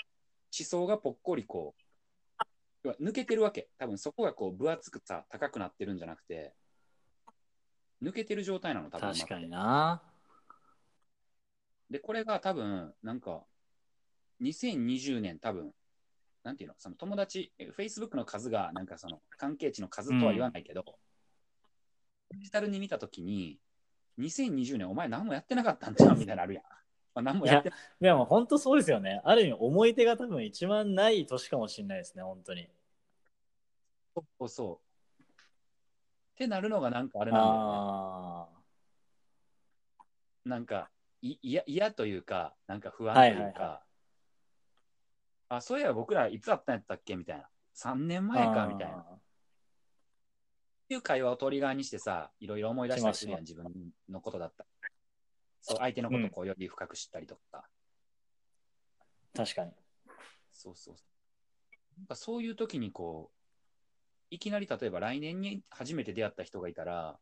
Speaker 1: 地層がぽっこりこう、要は抜けてるわけ。多分そこがこう、分厚くさ、高くなってるんじゃなくて、抜けてる状態なの、多分。
Speaker 2: 確かにな。
Speaker 1: で、これが多分、なんか、2020年多分、なんていうの、その友達、え Facebook の数が、なんかその関係値の数とは言わないけど、デジタルに見たときに、2020年お前何もやってなかったんちゃうみたいなのあるやん。まあ、何もやってな
Speaker 2: でも本当そうですよね。ある意味思い出が多分一番ない年かもしれないですね、本当に。
Speaker 1: そうそう。ってなるのがなんかあれなんだよね。
Speaker 2: あ
Speaker 1: なんか、いいや嫌というか、なんか不安というか、
Speaker 2: はいはいは
Speaker 1: あ、そういえば僕らいつだったんやったっけみたいな。3年
Speaker 2: あ。
Speaker 1: 前かみたいな。
Speaker 2: な。
Speaker 1: っていう会話をトリガーにしてさ、いろいろ思い出したりするやん、自分のことだったり。そう、相手のことをこうより深く知ったりとか。
Speaker 2: 確かに。
Speaker 1: そうそうそう。なんかそういう時にこう、いきなり例えば来年に初めて出会った人がいたら、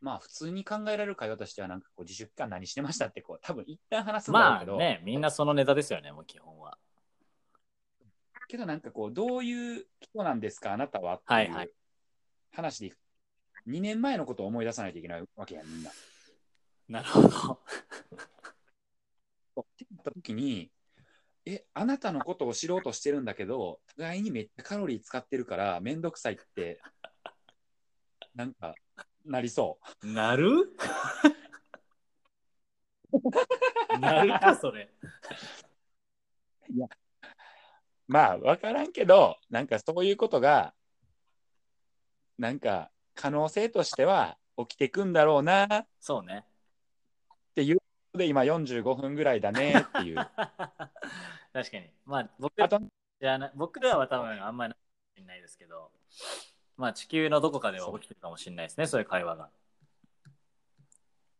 Speaker 1: まあ普通に考えられる会話としては、なんかこう自粛期間何してましたってこう、多分一旦話すんだろう
Speaker 2: ま
Speaker 1: けど、
Speaker 2: あね、みんなそのネタですよね、もう基本は。
Speaker 1: けどなんかこう、どういう人なんですか、あなたはって
Speaker 2: はいいうはい
Speaker 1: 話でいく。2年前のことを思い出さないといけないわけやん、みんな。
Speaker 2: なるほど。
Speaker 1: ってなった時にえ、あなたのことを知ろうとしてるんだけど、互いにめっちゃカロリー使ってるから、めんどくさいって、なんか、なりそ
Speaker 2: なるなるか、それ。
Speaker 1: う。まあ、わからんけど、なんかそういうことが、なんか、可能性としては起きてくんだろうなっ
Speaker 2: そうね。
Speaker 1: ていうことで、今45分ぐらいだねって いう。
Speaker 2: 確かに。まあ、僕
Speaker 1: あと、
Speaker 2: じゃな僕らは多分あんまりないかもしれないですけど、まあ、地球のどこかでは起きてるかもしれないですね、そういう会話が。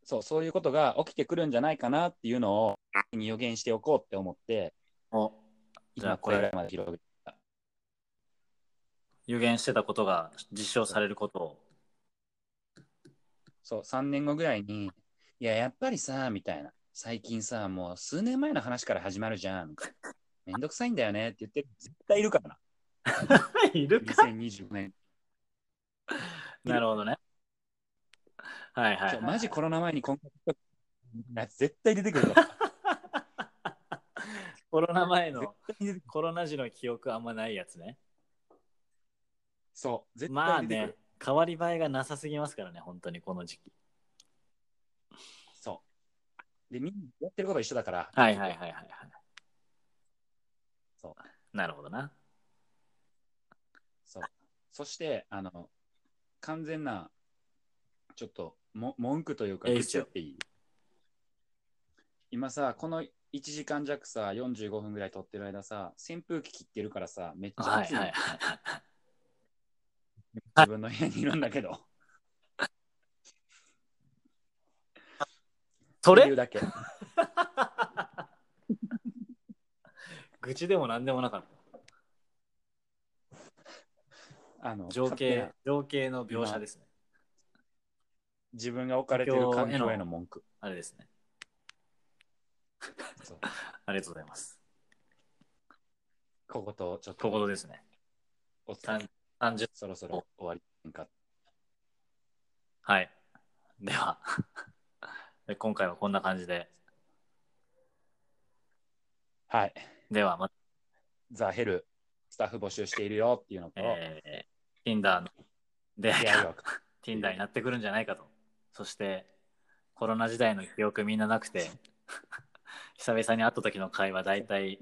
Speaker 1: そう、そういうことが起きてくるんじゃないかなっていうのを、先に予言しておこうって思って、
Speaker 2: おじゃあ
Speaker 1: 今これぐらいまで広げ
Speaker 2: 予言してたことが実証されることを。
Speaker 1: そう、3年後ぐらいに、いや、やっぱりさ、みたいな、最近さ、もう数年前の話から始まるじゃん、みたいなめんどくさいんだよねって言ってる、絶対いるからな、
Speaker 2: いるか
Speaker 1: 2025年。
Speaker 2: なるほどね。はいはい、
Speaker 1: そう
Speaker 2: はい。
Speaker 1: マジコロナ前にこんなやつ絶対出てくるから。絶
Speaker 2: コロナ前の
Speaker 1: 対出てくる
Speaker 2: コロナ時の記憶あんまないやつね。
Speaker 1: そう、絶
Speaker 2: まあ
Speaker 1: 対出てくる。
Speaker 2: ね、変わり映えがなさすぎますからね、本当にこの時期。
Speaker 1: そう。で、みんなやってることは一緒だから、
Speaker 2: はいはいはいはい、はい。
Speaker 1: そ
Speaker 2: なるほどな。
Speaker 1: そう。そして、あの、完全な、ちょっとも文句というか、
Speaker 2: えいっ
Speaker 1: 愚
Speaker 2: す
Speaker 1: 痴
Speaker 2: よ
Speaker 1: っていい今さ、この1時間弱さ、45分ぐらい撮ってる間さ、扇風機切ってるからさ、めっちゃ
Speaker 2: はい
Speaker 1: 暑い、
Speaker 2: はいはい。
Speaker 1: 自分の部屋にいるんだけど。
Speaker 2: そ
Speaker 1: 理
Speaker 2: れ
Speaker 1: 由だけ。
Speaker 2: 愚痴でも何でもなかっ
Speaker 1: あの
Speaker 2: た。情
Speaker 1: 勝手
Speaker 2: 景
Speaker 1: な、
Speaker 2: 情景の描写ですね。
Speaker 1: 自分が置かれてる環境への文句。
Speaker 2: あれですね。
Speaker 1: そう
Speaker 2: ありがとうございます。
Speaker 1: ここと、ちょっ
Speaker 2: ここと
Speaker 1: と、
Speaker 2: ですね。
Speaker 1: お伝え
Speaker 2: 30
Speaker 1: そろそろ終わりませんか。
Speaker 2: はい。では、 で今回はこんな感じで。
Speaker 1: はい。
Speaker 2: では、また、
Speaker 1: ザ・ヘル、スタッフ募集しているよっていうのと、
Speaker 2: えー、Tinder の出会い
Speaker 1: 出会い
Speaker 2: が
Speaker 1: は
Speaker 2: Tinder になってくるんじゃないかと。そして、コロナ時代の記憶みんななくて、 久々に会った時の会話大体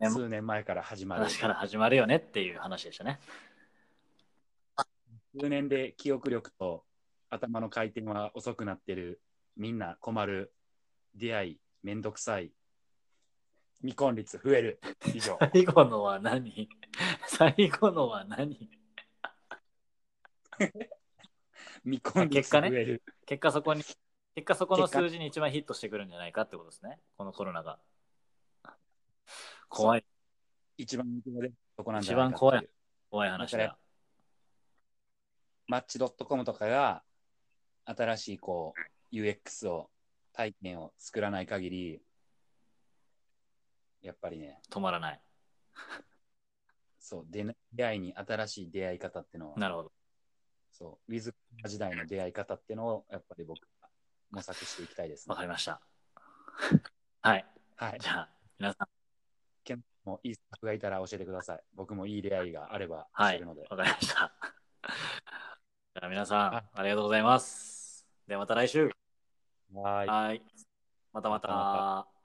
Speaker 2: え
Speaker 1: 数年前から始まる。
Speaker 2: 話から始まるよねっていう話でしたね。
Speaker 1: 数年で記憶力と頭の回転は遅くなってるみんな困る出会いめんどくさい未婚率増える以 上
Speaker 2: 最後のは何最後のは何
Speaker 1: 未婚率増える、
Speaker 2: 結果そこに、結果そこの
Speaker 1: 結果
Speaker 2: 数字に一番ヒットしてくるんじゃないかってことですね。このコロナが。怖い、
Speaker 1: 一番人気でそこなんじゃないかって
Speaker 2: 一番怖い怖い話だ。
Speaker 1: マッチ .com とかが新しいこう UX を体験を作らない限りやっぱりね
Speaker 2: 止まらない。
Speaker 1: そう出な出会いに新しい出会い方ってのは
Speaker 2: なるほど。
Speaker 1: そう、ウィズ時代の出会い方っていうのを、やっぱり僕は模索していきたいですね
Speaker 2: わか。りました。 はい。
Speaker 1: はい
Speaker 2: じ。ゃあ、皆さん、
Speaker 1: けんもういいスタッフがいたら教えてください。僕もいい出会いがあれば
Speaker 2: は
Speaker 1: 教
Speaker 2: い。
Speaker 1: えるので。
Speaker 2: わかりました。 じゃあ、皆さん、
Speaker 1: はい
Speaker 2: ありがとうございます。では、また来週。
Speaker 1: はーい
Speaker 2: はい。またまた。
Speaker 1: またま